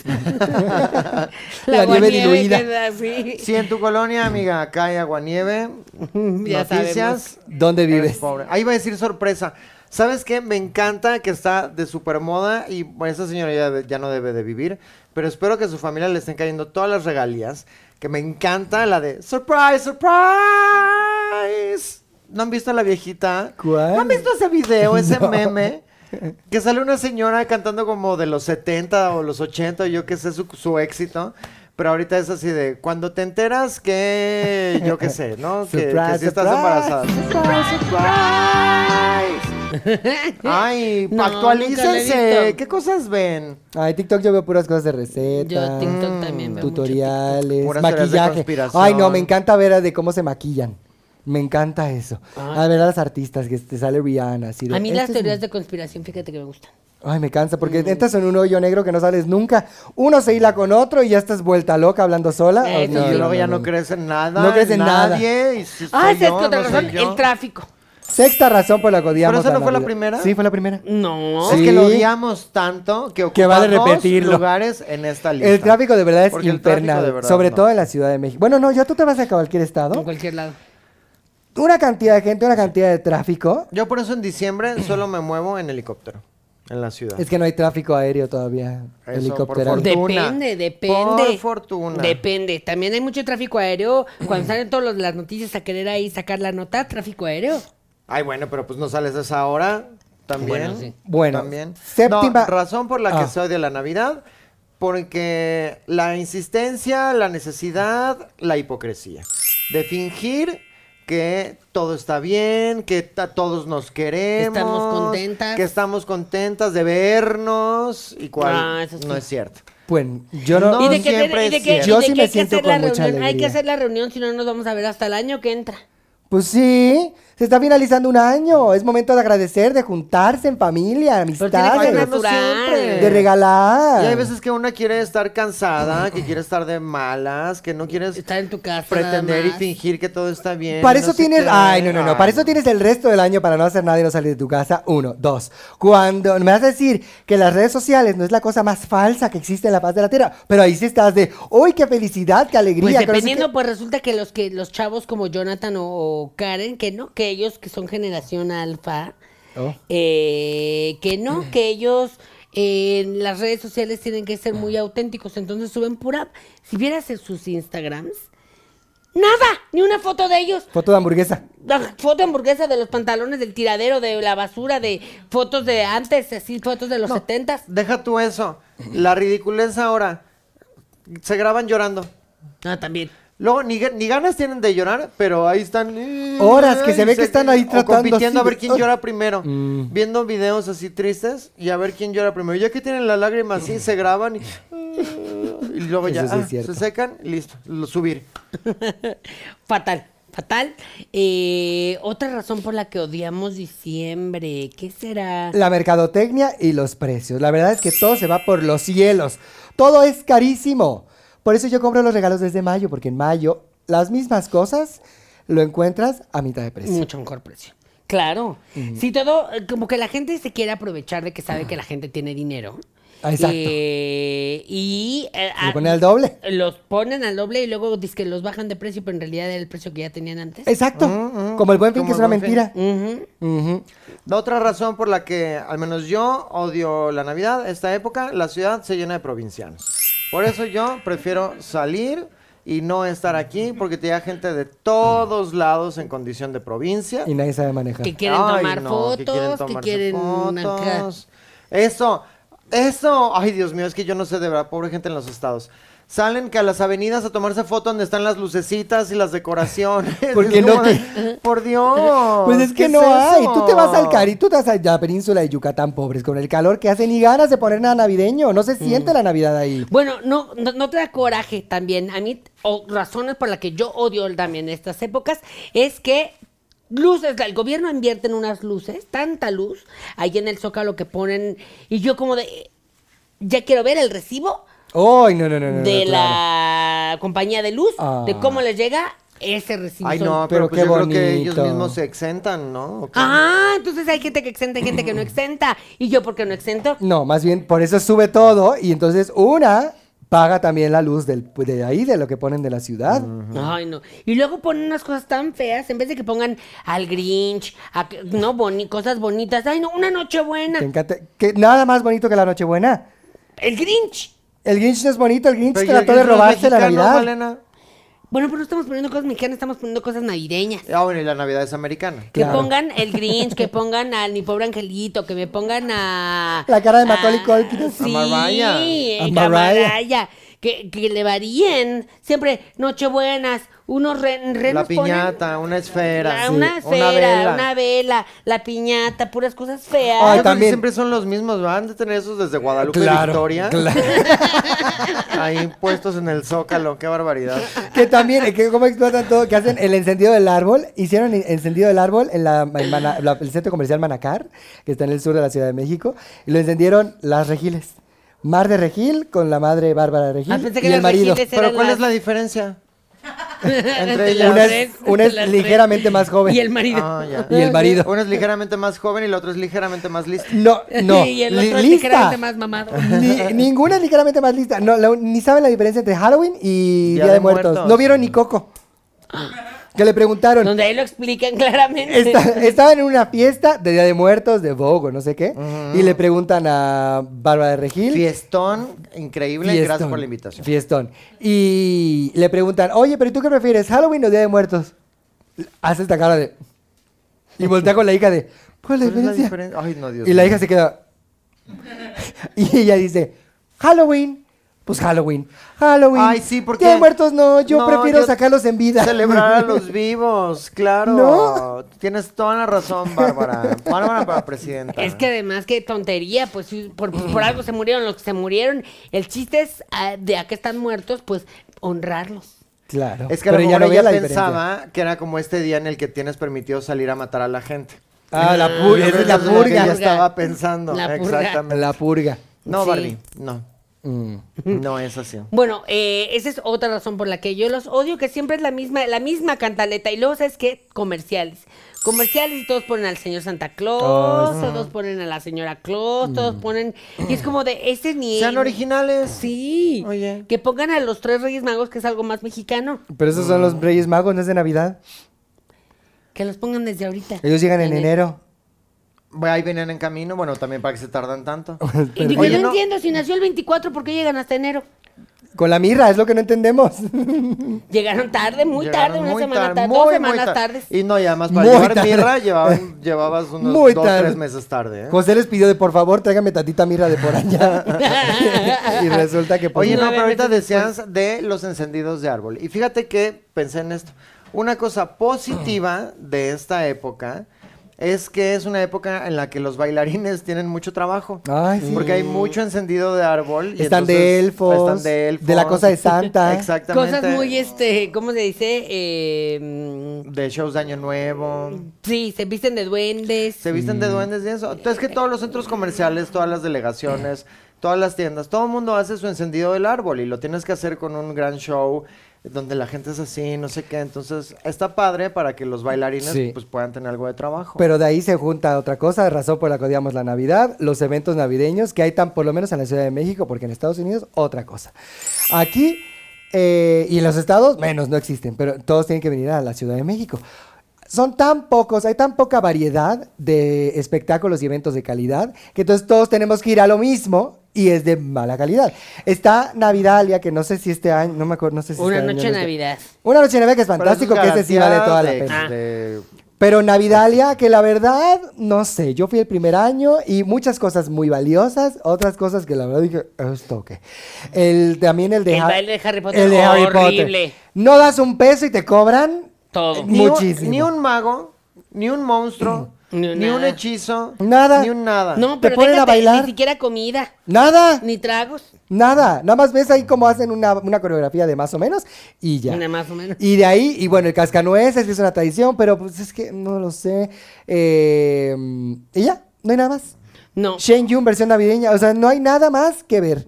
Speaker 4: La nieve diluida.
Speaker 2: queda así.
Speaker 3: Si en tu colonia, amiga, cae aguanieve,
Speaker 2: Ya
Speaker 3: noticias,
Speaker 4: ¿Dónde
Speaker 3: eres
Speaker 4: vives?
Speaker 3: pobre. Ahí va a decir sorpresa. ¿Sabes qué? Me encanta que está de supermoda y bueno, esa señora ya, de- ya no debe de vivir, pero espero que a su familia le estén cayendo todas las regalías, que me encanta la de surprise, surprise. ¿No han visto a la viejita?
Speaker 4: ¿Cuál?
Speaker 3: ¿No han visto ese video, ese meme? Que sale una señora cantando como de los 70 o los 80, yo qué sé, su, su éxito. Pero ahorita es así de, cuando te enteras que, yo qué sé, ¿no? Que, que
Speaker 4: Surprise,
Speaker 3: sí estás
Speaker 4: surprise.
Speaker 3: embarazada. Surprise. Ay,
Speaker 2: No, nunca lo he
Speaker 3: actualícense.
Speaker 2: visto.
Speaker 3: ¿Qué cosas ven?
Speaker 4: Ay, TikTok yo veo puras cosas de recetas.
Speaker 2: Yo TikTok también veo mucho
Speaker 4: Tutoriales,
Speaker 3: Puras teorías de
Speaker 4: maquillaje.
Speaker 3: conspiración.
Speaker 4: Ay, no, me encanta ver a- de cómo se maquillan. Me encanta eso. A ver a las artistas que te sale Rihanna. Así de,
Speaker 2: Ah. A mí las
Speaker 4: "Este es
Speaker 2: teorías
Speaker 4: mi-".
Speaker 2: de Mm. conspiración, fíjate que me gustan.
Speaker 4: Ay, me cansa porque entras en un hoyo negro que no sales nunca. Uno se hila con otro y ya estás vuelta loca hablando sola. Ay,
Speaker 2: Eso
Speaker 3: y
Speaker 2: No, sí.
Speaker 3: luego ya no, crees en nada. No crees en
Speaker 4: nada.
Speaker 3: nadie. y si
Speaker 2: Ah,
Speaker 3: soy
Speaker 2: esa es
Speaker 3: yo,
Speaker 2: que otra
Speaker 3: no soy
Speaker 2: razón,
Speaker 3: yo.
Speaker 2: el tráfico.
Speaker 4: Sexta razón por la que odiamos
Speaker 3: ¿Pero esa no fue la
Speaker 4: Navidad.
Speaker 3: primera?
Speaker 4: Sí, fue la primera.
Speaker 2: No.
Speaker 3: Es que lo
Speaker 4: Sí.
Speaker 3: odiamos tanto que ocupamos
Speaker 4: Que vale repetirlo.
Speaker 3: lugares en esta lista.
Speaker 4: El tráfico de verdad es
Speaker 3: Porque el tráfico
Speaker 4: infernal,
Speaker 3: de verdad,
Speaker 4: sobre
Speaker 3: no.
Speaker 4: todo en la Ciudad de México. Bueno, no, ya tú te vas a cualquier
Speaker 2: En
Speaker 4: estado.
Speaker 2: cualquier lado.
Speaker 4: Una cantidad de gente, una cantidad de tráfico.
Speaker 3: Yo por eso en diciembre solo me muevo en helicóptero, en la ciudad.
Speaker 4: Es que no hay tráfico aéreo todavía,
Speaker 3: Eso,
Speaker 4: helicóptero.
Speaker 3: por Fortuna.
Speaker 2: Depende, depende.
Speaker 3: Por fortuna. Mm.
Speaker 2: Depende. También hay mucho tráfico aéreo. Cuando salen todas las noticias a querer ahí sacar la nota, tráfico aéreo.
Speaker 3: Ay, bueno, pero pues no sales a esa hora también.
Speaker 2: Bueno, sí.
Speaker 4: Bueno,
Speaker 3: También.
Speaker 4: séptima-
Speaker 3: No, razón por la
Speaker 4: Ah.
Speaker 3: que se odia la Navidad, porque la insistencia, la necesidad, la hipocresía. De fingir que todo está bien, que ta- todos nos queremos.
Speaker 2: Estamos contentas.
Speaker 3: Que estamos contentas de vernos y cual
Speaker 2: Ah, eso sí.
Speaker 3: no es cierto.
Speaker 4: Bueno, yo no.
Speaker 3: No,
Speaker 2: y de que,
Speaker 3: siempre
Speaker 2: y de
Speaker 3: es
Speaker 2: que- y
Speaker 3: cierto.
Speaker 4: Yo
Speaker 2: de
Speaker 4: sí
Speaker 2: que
Speaker 4: me
Speaker 2: hay que
Speaker 4: siento
Speaker 2: hacer la
Speaker 4: con mucha
Speaker 2: reunión. Hay que
Speaker 4: alegría.
Speaker 2: hacer la reunión, si no nos vamos a ver hasta el año que entra.
Speaker 4: Pues sí, se está finalizando un año. Es momento de agradecer, de juntarse en familia,
Speaker 2: Pero tiene que ser
Speaker 4: amistades,
Speaker 3: Hacerlo
Speaker 2: natural.
Speaker 3: siempre.
Speaker 4: de regalar.
Speaker 3: Y hay veces que una quiere estar cansada, que quiere estar de malas, que no quieres
Speaker 2: Estar en tu casa.
Speaker 3: pretender y
Speaker 2: nada más.
Speaker 3: fingir que todo está bien.
Speaker 4: Para
Speaker 3: no
Speaker 4: eso
Speaker 3: sé
Speaker 4: tienes,
Speaker 3: qué. Ah.
Speaker 4: ay, no, no, no, para eso
Speaker 3: Ay,
Speaker 4: tienes el resto del año para no hacer nada y no salir de tu casa. Uno, dos. Cuando me vas a decir que las redes sociales no es la cosa más falsa que existe en la paz de la tierra, pero ahí sí estás de, uy, qué felicidad, qué alegría.
Speaker 2: Pues
Speaker 4: que no sé
Speaker 2: dependiendo,
Speaker 4: qué".
Speaker 2: pues resulta que los que los chavos como Jonathan o, o Karen, que no, que ellos que son generación alfa,
Speaker 4: Oh. Mm.
Speaker 2: eh, que no, que ellos eh, en las redes sociales tienen que ser
Speaker 4: Mm.
Speaker 2: muy auténticos, entonces suben pura. Si vieras en sus Instagrams, nada, ni una foto de ellos.
Speaker 4: Foto de hamburguesa.
Speaker 2: La foto de hamburguesa de los pantalones, del tiradero, de la basura, de fotos de antes, así, fotos de los
Speaker 3: no,
Speaker 2: setentas.
Speaker 3: Deja tú eso. La ridiculez ahora. Se graban llorando.
Speaker 2: Ah, también.
Speaker 3: Luego, ni, ga- ni ganas tienen de llorar, pero ahí están. eh,
Speaker 4: Horas que se
Speaker 3: y
Speaker 4: ve que están ahí
Speaker 3: o
Speaker 4: tratando así
Speaker 3: Compitiendo a ver
Speaker 4: de-
Speaker 3: quién
Speaker 4: ay.
Speaker 3: llora primero.
Speaker 4: Mm.
Speaker 3: Viendo videos así tristes y a ver quién llora primero. Ya que tienen la lágrima así, se graban y. y luego ya
Speaker 4: Eso sí es
Speaker 3: ah,
Speaker 4: cierto.
Speaker 3: se secan, listo. Lo, subir.
Speaker 2: Fatal, fatal. Eh, otra razón por la que odiamos diciembre, ¿qué será?
Speaker 4: La mercadotecnia y los precios. La verdad es que todo se va por los cielos. Todo es carísimo. Por eso yo compro los regalos desde mayo, porque en mayo las mismas cosas lo encuentras a mitad de precio.
Speaker 2: Mucho mejor precio. Claro. Si todo, eh, como que la gente se quiere aprovechar de que sabe que la gente tiene dinero.
Speaker 4: Ah, exacto.
Speaker 2: Eh, y eh,
Speaker 4: ¿Lo
Speaker 2: a-
Speaker 4: pone al doble?
Speaker 2: los ponen al doble y luego dicen que los bajan de precio, pero en realidad era el precio que ya tenían antes.
Speaker 4: Exacto.
Speaker 3: Mm, mm.
Speaker 4: Como el buen fin,
Speaker 3: Como
Speaker 4: que es
Speaker 3: el
Speaker 4: una
Speaker 3: Buen Fin.
Speaker 4: mentira.
Speaker 2: Ujú.
Speaker 4: Ujú.
Speaker 3: La otra razón por la que al menos yo odio la Navidad, esta época, la ciudad se llena de provincianos. Por eso yo prefiero salir y no estar aquí porque te llega gente de todos lados en condición de provincia.
Speaker 4: Y nadie sabe manejar.
Speaker 2: Que quieren
Speaker 3: Ay,
Speaker 2: tomar
Speaker 3: no,
Speaker 2: fotos,
Speaker 3: que
Speaker 2: que
Speaker 3: quieren
Speaker 2: quieren,
Speaker 3: tomarse
Speaker 2: acá.
Speaker 3: fotos. Eso, eso. Ay, Dios mío, es que yo no sé de verdad, pobre gente en los estados. Salen que a las avenidas a tomarse foto donde están las lucecitas y las decoraciones.
Speaker 4: Porque
Speaker 3: Es
Speaker 4: no
Speaker 3: como
Speaker 4: te-
Speaker 3: de, Por Dios.
Speaker 4: Pues es que
Speaker 3: ¿qué
Speaker 4: no hay.
Speaker 3: eso?
Speaker 4: Tú te vas al Cari, tú te vas a la península de Yucatán, pobres, con el calor que hacen y ganas de poner nada navideño. No se siente la Navidad ahí.
Speaker 2: Bueno, no, no, no te da coraje también. A mí, o razones por las que yo odio el Dami en estas épocas, es que luces, el gobierno invierte en unas luces, tanta luz, ahí en el Zócalo que ponen, y yo como de, ya quiero ver el recibo
Speaker 4: Ay, no, no, no, no. no,
Speaker 2: de
Speaker 4: Eh, claro.
Speaker 2: la compañía de luz,
Speaker 4: Ah.
Speaker 2: de cómo les llega ese recibo.
Speaker 3: Ay,
Speaker 2: Son-
Speaker 3: no,
Speaker 4: Pero
Speaker 3: pero, pues
Speaker 4: qué
Speaker 3: yo creo que ellos
Speaker 4: bonito.
Speaker 3: mismos se exentan, ¿no? ¿O qué?
Speaker 2: Ah, entonces hay gente que exenta y gente que no exenta. ¿Y yo por qué no exento?
Speaker 4: No, más bien por eso sube todo y entonces una paga también la luz del, de ahí, de lo que ponen de la ciudad.
Speaker 2: Mm. Ay, no. Y luego ponen unas cosas tan feas, en vez de que pongan al Grinch, a que- no, boni- cosas bonitas. Ay, no, una noche buena.
Speaker 4: Te encanta- que nada más bonito que la Nochebuena.
Speaker 2: El Grinch. El
Speaker 4: El Grinch no es bonito, el Grinch
Speaker 3: Pero yo-
Speaker 4: trató
Speaker 3: yo
Speaker 4: de
Speaker 3: creo que
Speaker 4: robarse la
Speaker 3: mexicano,
Speaker 4: Navidad.
Speaker 3: Malena.
Speaker 2: Bueno, pero no estamos poniendo cosas mexicanas, estamos poniendo cosas navideñas.
Speaker 3: Ah, bueno, y la Navidad es americana.
Speaker 2: Que
Speaker 4: Claro.
Speaker 2: pongan el Grinch, que pongan al mi pobre angelito, que me pongan a...
Speaker 4: La cara de Macaulay Culkin.
Speaker 2: Sí,
Speaker 3: A Mariah.
Speaker 2: eh,
Speaker 4: A
Speaker 2: que a
Speaker 4: Mariah.
Speaker 2: Mariah. Que, que le varíen. Siempre nochebuenas, unos re-
Speaker 3: La
Speaker 2: renos ponen-
Speaker 3: piñata, una esfera.
Speaker 2: Ah,
Speaker 3: sí,
Speaker 2: Una esfera, una vela. la piñata, puras cosas feas.
Speaker 4: Ay,
Speaker 3: Yo creo que
Speaker 4: también.
Speaker 3: Siempre son los mismos, ¿verdad? Han de tener esos desde Guadalupe y
Speaker 4: Claro,
Speaker 3: Victoria.
Speaker 4: claro.
Speaker 3: Ahí puestos en el zócalo, qué barbaridad.
Speaker 4: Que también, eh, que cómo explotan todo, que hacen el encendido del árbol, hicieron el encendido del árbol en, la, en Mana- la- el centro comercial Manacar, que está en el sur de la Ciudad de México, y lo encendieron las regiles. Mar de Regil con la madre Bárbara de Regil
Speaker 2: Ah, pensé
Speaker 4: y
Speaker 2: que
Speaker 4: el
Speaker 2: las
Speaker 4: marido.
Speaker 2: regiles
Speaker 3: Pero
Speaker 2: eran
Speaker 3: ¿cuál
Speaker 2: las-
Speaker 3: es la diferencia?
Speaker 2: entre
Speaker 3: ellas.
Speaker 2: las
Speaker 4: Una es-
Speaker 2: tres,
Speaker 4: una es
Speaker 2: entre las
Speaker 4: ligeramente más joven.
Speaker 2: Y el marido.
Speaker 3: Ah, ya.
Speaker 4: Y el marido.
Speaker 3: Uno es ligeramente más joven y el otro es ligeramente más listo.
Speaker 4: No, no.
Speaker 2: y el otro
Speaker 4: li-
Speaker 2: es ligeramente
Speaker 4: lista.
Speaker 2: más mamado.
Speaker 4: Ni- ninguna es ligeramente más lista. No, la- ni saben la diferencia entre Halloween y Día, de, Muertos. No vieron ni Coco.
Speaker 2: Ah.
Speaker 4: Que le preguntaron.
Speaker 2: Donde ahí lo explican claramente.
Speaker 4: Esta- estaban en una fiesta de Día de Muertos, de Vogue, o no sé qué, y le preguntan a Bárbara de Regil.
Speaker 3: Fiestón, increíble,
Speaker 4: Fiestón,
Speaker 3: gracias por la invitación.
Speaker 4: Fiestón. Y le preguntan, oye, pero ¿y tú qué prefieres, Halloween o Día de Muertos? Hace esta cara de... Y voltea con la hija de... ¿Cuál es la
Speaker 3: ¿Cuál es la
Speaker 4: diferencia?
Speaker 3: diferencia? Ay, no, Dios
Speaker 4: y la
Speaker 3: mío.
Speaker 4: hija se queda... Y ella dice, Halloween. Pues Halloween. Halloween.
Speaker 3: Ay, sí, porque...
Speaker 4: Día de Muertos no, yo
Speaker 3: No,
Speaker 4: prefiero
Speaker 3: yo-
Speaker 4: sacarlos en vida.
Speaker 3: Celebrar a los vivos, claro.
Speaker 4: No.
Speaker 3: Tienes toda la razón, Bárbara. Bárbara para presidenta.
Speaker 2: Es que además, qué tontería, pues sí, por, pues, por algo se murieron los que se murieron. El chiste es, ah, de a que están muertos, pues honrarlos.
Speaker 4: Claro.
Speaker 3: Es que a lo
Speaker 4: pero
Speaker 3: mejor
Speaker 4: no veía
Speaker 3: ella
Speaker 4: la diferencia.
Speaker 3: pensaba que era como este día en el que tienes permitido salir a matar a la gente.
Speaker 4: Ah, la purga.
Speaker 3: Yo
Speaker 4: Esa
Speaker 3: creo
Speaker 4: es
Speaker 3: que
Speaker 4: la
Speaker 3: eso lo que
Speaker 4: purga.
Speaker 3: ella estaba pensando.
Speaker 2: La purga.
Speaker 3: Exactamente.
Speaker 4: La purga.
Speaker 3: No,
Speaker 2: Sí.
Speaker 3: Barbie, no. Mm. No es así.
Speaker 2: Bueno, eh, esa es otra razón por la que yo los odio, que siempre es la misma, la misma cantaleta. Y luego, ¿sabes qué? Comerciales. Comerciales y todos ponen al señor Santa Claus, todos ponen a la señora Claus, todos ponen... Y es como de, ese ni...
Speaker 3: Mm. Sean originales.
Speaker 2: Sí.
Speaker 3: Oye.
Speaker 2: Que pongan a los tres Reyes Magos, que es algo más mexicano.
Speaker 4: Pero esos son los Reyes Magos, no es de Navidad.
Speaker 2: Que los pongan desde ahorita.
Speaker 4: Ellos llegan en enero.
Speaker 3: Bueno, Ahí venían en camino, bueno, también para que se tardan tanto.
Speaker 2: Y digo,
Speaker 3: Oye,
Speaker 2: no,
Speaker 3: no.
Speaker 2: entiendo, si nació el 24, ¿por qué llegan hasta enero?
Speaker 4: Con la mirra, es lo que no entendemos.
Speaker 2: Llegaron tarde, muy tarde,
Speaker 3: Llegaron
Speaker 2: una
Speaker 3: muy
Speaker 2: semana
Speaker 3: tar-
Speaker 2: tarde,
Speaker 3: muy,
Speaker 2: dos
Speaker 3: muy
Speaker 2: semanas
Speaker 3: tar-
Speaker 2: tardes.
Speaker 3: Y no, y además para
Speaker 4: Muy
Speaker 3: llevar
Speaker 4: tarde.
Speaker 3: mirra llevaban- llevabas unos
Speaker 4: Muy
Speaker 3: dos,
Speaker 4: tarde.
Speaker 3: tres meses tarde. ¿eh?
Speaker 4: José les pidió de por favor, tráigame tantita mirra de por allá. y resulta que pues,
Speaker 3: Oye, no,
Speaker 2: Nueve
Speaker 3: pero ahorita
Speaker 2: meses
Speaker 3: decías de los encendidos de árbol. Y fíjate que pensé en esto. Una cosa positiva de esta época es que es una época en la que los bailarines tienen mucho trabajo.
Speaker 4: Ay, sí.
Speaker 3: Porque hay mucho encendido de árbol. pues,
Speaker 4: Están de elfos,
Speaker 3: Están de elfos.
Speaker 4: de la cosa de Santa.
Speaker 3: Exactamente.
Speaker 2: Cosas muy, este, ¿cómo se dice? Eh, mm,
Speaker 3: De shows de Año Nuevo.
Speaker 2: sí, se visten de duendes.
Speaker 3: Se visten de duendes y eso. Es que todos los centros comerciales, todas las delegaciones, todas las tiendas, todo el mundo hace su encendido del árbol y lo tienes que hacer con un gran show donde la gente es así, no sé qué. Entonces, está padre para que los bailarines
Speaker 4: Sí.
Speaker 3: pues puedan tener algo de trabajo.
Speaker 4: Pero de ahí se junta otra cosa, razón por la que odiamos la Navidad, los eventos navideños que hay tan, por lo menos en la Ciudad de México, porque en Estados Unidos, otra cosa. Aquí eh, y en los estados, menos, no existen, pero todos tienen que venir a la Ciudad de México. Son tan pocos, hay tan poca variedad de espectáculos y eventos de calidad, que entonces todos tenemos que ir a lo mismo y es de mala calidad. Está Navidalia, que no sé si este año, no me acuerdo, no sé si
Speaker 2: Una
Speaker 4: este año,
Speaker 2: noche de
Speaker 4: no sé.
Speaker 2: Navidad.
Speaker 4: Una noche de Navidad que es
Speaker 3: Pero eso
Speaker 4: fantástico, que ese sí vale
Speaker 3: garantía
Speaker 4: toda la
Speaker 3: de-
Speaker 4: pena.
Speaker 2: Ah.
Speaker 3: de-
Speaker 4: Pero Navidalia, que la verdad, no sé, yo fui el primer año y muchas cosas muy valiosas, otras cosas que la verdad dije, esto qué. El, también el de,
Speaker 2: El
Speaker 4: Ha-
Speaker 2: baile de Harry Potter, horrible.
Speaker 4: No das un peso y te cobran
Speaker 2: Todo.
Speaker 3: Ni un-
Speaker 4: Muchísimo.
Speaker 3: Ni un mago, ni un monstruo,
Speaker 2: Ni
Speaker 3: ni,
Speaker 2: un
Speaker 3: un
Speaker 2: nada.
Speaker 3: hechizo,
Speaker 4: Nada.
Speaker 3: ni un nada.
Speaker 2: No,
Speaker 4: ¿Te
Speaker 2: pero
Speaker 4: ponen a
Speaker 2: déjate,
Speaker 4: bailar?
Speaker 2: ni siquiera comida,
Speaker 4: nada.
Speaker 2: ni tragos,
Speaker 4: Nada, nada más ves ahí cómo hacen una, una coreografía de más o menos y ya.
Speaker 2: nada más o menos.
Speaker 4: Y de ahí, y bueno, el cascanueces, que es una tradición, pero pues es que no lo sé. Eh, y ya, no hay nada más.
Speaker 2: No,
Speaker 4: Shen Yun versión navideña, o sea, no hay nada más que ver.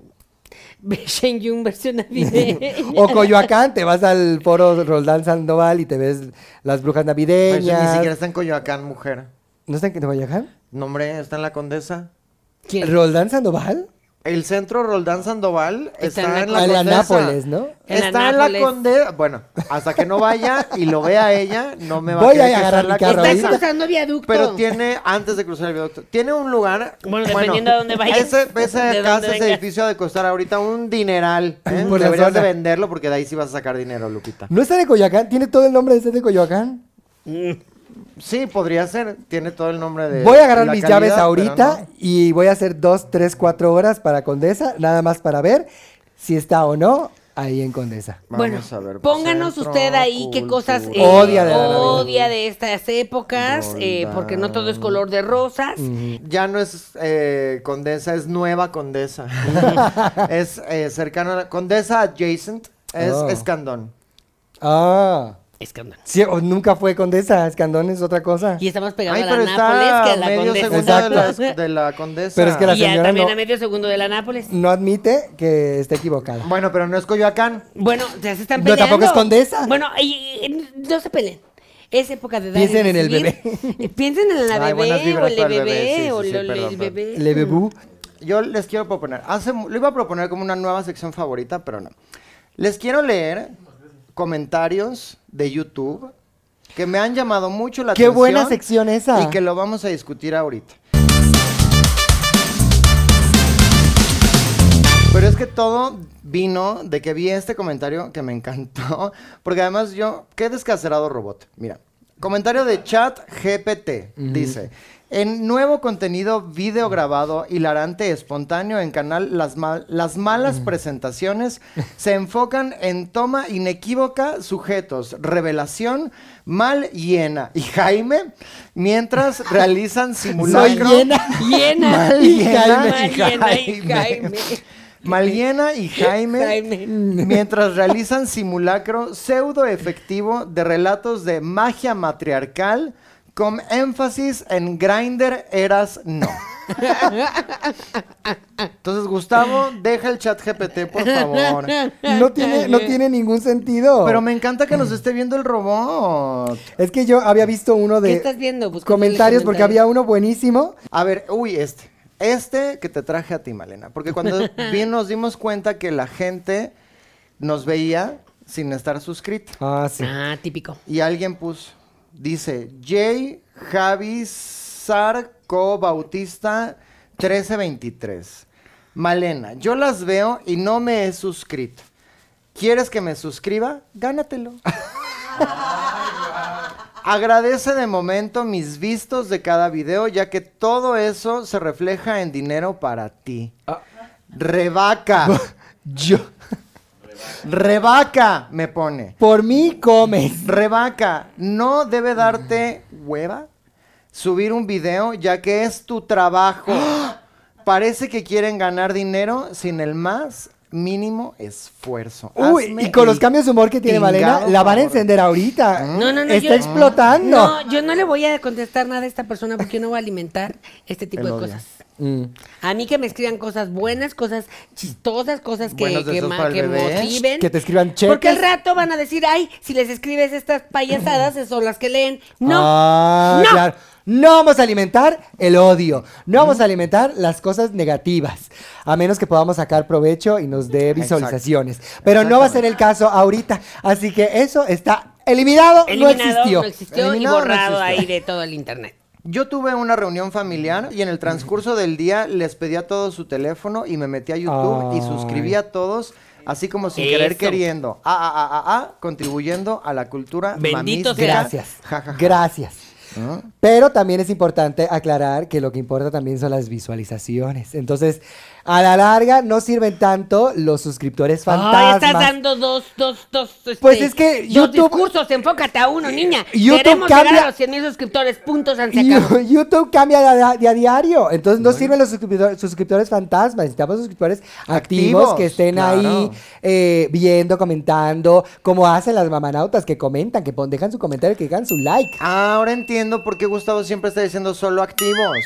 Speaker 2: Shen Yun versión navideña.
Speaker 4: O Coyoacán, te vas al foro Roldán Sandoval y te ves las brujas
Speaker 3: Pero eso Pues, ni
Speaker 4: navideñas.
Speaker 3: siquiera está en Coyoacán, mujer.
Speaker 4: ¿No están en Coyoacán?
Speaker 3: Nombre, está en la Condesa.
Speaker 2: ¿Quién?
Speaker 4: ¿Roldán Sandoval?
Speaker 3: El centro Roldán Sandoval
Speaker 2: Está
Speaker 3: está,
Speaker 2: en
Speaker 3: en
Speaker 2: la
Speaker 3: la,
Speaker 4: Condesa. En la
Speaker 3: Condesa.
Speaker 4: Nápoles, ¿no?
Speaker 2: En la
Speaker 3: Está en
Speaker 2: Nápoles.
Speaker 3: la Condesa. Bueno, hasta que no vaya y lo vea ella, no me va
Speaker 4: Voy
Speaker 3: creer
Speaker 4: a
Speaker 3: que está
Speaker 4: agarrar
Speaker 3: en
Speaker 4: mi carro
Speaker 2: Está
Speaker 4: ahorita.
Speaker 2: cruzando viaducto.
Speaker 3: Pero tiene, antes de cruzar el viaducto, tiene un lugar.
Speaker 2: Bueno, dependiendo de dónde vayas,
Speaker 3: Ese, ese
Speaker 2: de
Speaker 3: casa,
Speaker 2: dónde
Speaker 3: ese
Speaker 2: vengas.
Speaker 3: edificio ha de costar ahorita un dineral. ¿eh?
Speaker 4: Por la
Speaker 3: Deberías de
Speaker 4: zona.
Speaker 3: venderlo porque de ahí sí vas a sacar dinero, Lupita.
Speaker 4: ¿No están en Coyoacán? ¿Tiene todo el nombre de ser de Coyoacán?
Speaker 3: Sí, podría ser. Tiene todo el nombre de.
Speaker 4: Voy a agarrar
Speaker 3: la
Speaker 4: mis
Speaker 3: calidad,
Speaker 4: llaves
Speaker 3: pero
Speaker 4: ahorita
Speaker 3: no.
Speaker 4: y voy a hacer dos, tres, cuatro horas para Condesa, nada más para ver si está o no ahí en Condesa.
Speaker 2: Bueno,
Speaker 3: Vamos a ver, pues,
Speaker 2: pónganos
Speaker 3: centro,
Speaker 2: usted ahí qué cosas eh,
Speaker 3: cultura.
Speaker 4: Odia de la Navidad.
Speaker 2: odia de estas épocas, eh, porque no todo es color de rosas.
Speaker 3: Mm. Ya no es eh, condesa, es nueva condesa. es eh, cercano a la condesa adjacent, es
Speaker 4: Oh.
Speaker 3: Escandón.
Speaker 4: Ah,
Speaker 2: Escándalo.
Speaker 4: sí, o nunca fue Condesa, Escandón es otra cosa.
Speaker 2: Y está más pegado
Speaker 3: Ay,
Speaker 2: a
Speaker 3: pero
Speaker 2: la Nápoles
Speaker 3: está
Speaker 2: que
Speaker 3: a
Speaker 2: a la
Speaker 3: medio
Speaker 2: Condesa.
Speaker 3: segundo de la,
Speaker 2: Exacto.
Speaker 3: de la condesa.
Speaker 4: Pero es que la-
Speaker 2: y ya
Speaker 4: señora
Speaker 2: también
Speaker 4: no-
Speaker 2: a medio segundo de la Nápoles.
Speaker 4: No admite que esté equivocada.
Speaker 3: Bueno, pero no es Coyoacán.
Speaker 2: Bueno, ya se están
Speaker 4: No,
Speaker 2: peleando.
Speaker 4: tampoco es condesa.
Speaker 2: Bueno, y- y- no se peleen. Es época de dar y
Speaker 4: Piensen en el
Speaker 2: recibir. Eh, Piensen en la
Speaker 3: Ay, buenas
Speaker 2: bebé o
Speaker 3: vibras
Speaker 2: el
Speaker 3: para el bebé,
Speaker 2: bebé
Speaker 3: sí,
Speaker 2: o
Speaker 3: sí, sí,
Speaker 2: lo- el
Speaker 3: perdón, perdón.
Speaker 2: bebé.
Speaker 4: Le bebú.
Speaker 3: Yo les quiero proponer, hace, mu- lo iba a proponer como una nueva sección favorita, pero no. Les quiero leer comentarios de YouTube que me han llamado mucho la
Speaker 4: Qué
Speaker 3: atención.
Speaker 4: buena sección esa.
Speaker 3: Y que lo vamos a discutir ahorita. Pero es que todo vino de que vi este comentario que me encantó, porque además yo, qué descacerado robot. Mira, comentario de chat GPT, dice, en nuevo contenido video grabado, hilarante, espontáneo en canal, las, mal- las malas presentaciones se enfocan en toma inequívoca, sujetos, revelación, mal hiena y Jaime, mientras realizan
Speaker 4: Soy
Speaker 3: simulacro.
Speaker 4: llena.
Speaker 2: Llena.
Speaker 3: Mal
Speaker 2: Y
Speaker 3: llena
Speaker 2: Mal
Speaker 3: y
Speaker 2: llena y
Speaker 3: Jaime.
Speaker 2: Jaime.
Speaker 3: Maliena y Jaime,
Speaker 2: Jaime.
Speaker 3: mientras realizan simulacro pseudo efectivo de relatos de magia matriarcal con énfasis en grinder eras no. Entonces, Gustavo, deja el chat GPT, por favor.
Speaker 4: No tiene, no tiene ningún sentido.
Speaker 3: Pero me encanta que nos esté viendo el robot.
Speaker 4: Es que yo había visto uno de
Speaker 2: ¿Qué estás viendo? Busca
Speaker 4: comentarios porque
Speaker 2: comentarios.
Speaker 4: había uno buenísimo.
Speaker 3: A ver, uy, este. Este que te traje a ti, Malena. Porque cuando bien nos dimos cuenta que la gente nos veía sin estar suscrita.
Speaker 4: Ah, sí.
Speaker 2: Ah, típico.
Speaker 3: Y alguien puso, dice, J. Javi Sarco Bautista 1323. Malena, yo las veo y no me he suscrito. ¿Quieres que me suscriba? Gánatelo. Agradece de momento mis vistos de cada video, ya que todo eso se refleja en dinero para ti. Rebaca.
Speaker 4: Yo.
Speaker 3: Rebaca, me pone.
Speaker 4: Por mí comes.
Speaker 3: Rebaca, ¿no debe darte hueva subir un video ya que es tu trabajo? Parece que quieren ganar dinero sin el más mínimo esfuerzo.
Speaker 4: Uy,
Speaker 3: Hazme
Speaker 4: y con los
Speaker 3: el
Speaker 4: cambios de humor que tiene Malena,
Speaker 3: chingado
Speaker 4: la van a
Speaker 3: favor.
Speaker 4: encender ahorita.
Speaker 2: No, no, no.
Speaker 4: Está
Speaker 2: yo-
Speaker 4: explotando.
Speaker 2: No, yo no le voy a contestar nada a esta persona porque yo no voy a alimentar este tipo
Speaker 3: El
Speaker 2: de
Speaker 3: odio.
Speaker 2: cosas.
Speaker 4: Mm.
Speaker 2: A mí que me escriban cosas buenas, cosas chistosas, cosas que,
Speaker 3: Buenos
Speaker 2: que,
Speaker 3: deseos
Speaker 2: ma-
Speaker 3: para el
Speaker 2: que
Speaker 3: bebé.
Speaker 2: motiven.
Speaker 4: Que te escriban
Speaker 2: Porque al
Speaker 4: cheques.
Speaker 2: rato van a decir, ay, si les escribes estas payasadas, esas son las que leen. No.
Speaker 4: Ah,
Speaker 2: no.
Speaker 4: claro. No vamos a alimentar el odio. No vamos
Speaker 2: Mm.
Speaker 4: a alimentar las cosas negativas. A menos que podamos sacar provecho y nos dé visualizaciones. Pero no va a ser el caso ahorita. Así que eso está eliminado.
Speaker 2: Eliminado,
Speaker 4: no existió.
Speaker 2: no existió
Speaker 3: Eliminado,
Speaker 2: y
Speaker 3: no
Speaker 2: borrado
Speaker 3: existió.
Speaker 2: ahí de todo el internet.
Speaker 3: Yo tuve una reunión familiar y en el transcurso del día les pedí a todos su teléfono y me metí a YouTube y
Speaker 4: Ay.
Speaker 3: suscribí a todos, así como sin querer
Speaker 2: Eso.
Speaker 3: queriendo. Ah, ah, ah, ah, ah, contribuyendo a la cultura
Speaker 2: Bendito
Speaker 3: mamística.
Speaker 2: sea.
Speaker 4: Gracias.
Speaker 3: Ja, ja, ja.
Speaker 4: Gracias.
Speaker 3: ¿no?
Speaker 4: Pero también es importante aclarar que lo que importa también son las visualizaciones. Entonces, a la larga no sirven tanto los suscriptores
Speaker 2: Ay, estás
Speaker 4: fantasmas.
Speaker 2: dando dos, dos, dos. este,
Speaker 4: Pues es que
Speaker 2: dos
Speaker 4: YouTube- Eh,
Speaker 2: discursos, enfócate a uno, niña.
Speaker 4: YouTube
Speaker 2: Queremos llegar
Speaker 4: cambia-
Speaker 2: a los 100 mil suscriptores, puntos, han sacado.
Speaker 4: Y- YouTube cambia de a, de a diario, entonces no sirven los suscriptor- suscriptores fantasmas, necesitamos suscriptores activos,
Speaker 3: Activos,
Speaker 4: que estén
Speaker 3: claro.
Speaker 4: ahí eh, viendo, comentando, como hacen las mamanautas que comentan, que pon- dejan su comentario, que dejan su like,
Speaker 3: Ahora entiendo por qué Gustavo siempre está diciendo solo activos.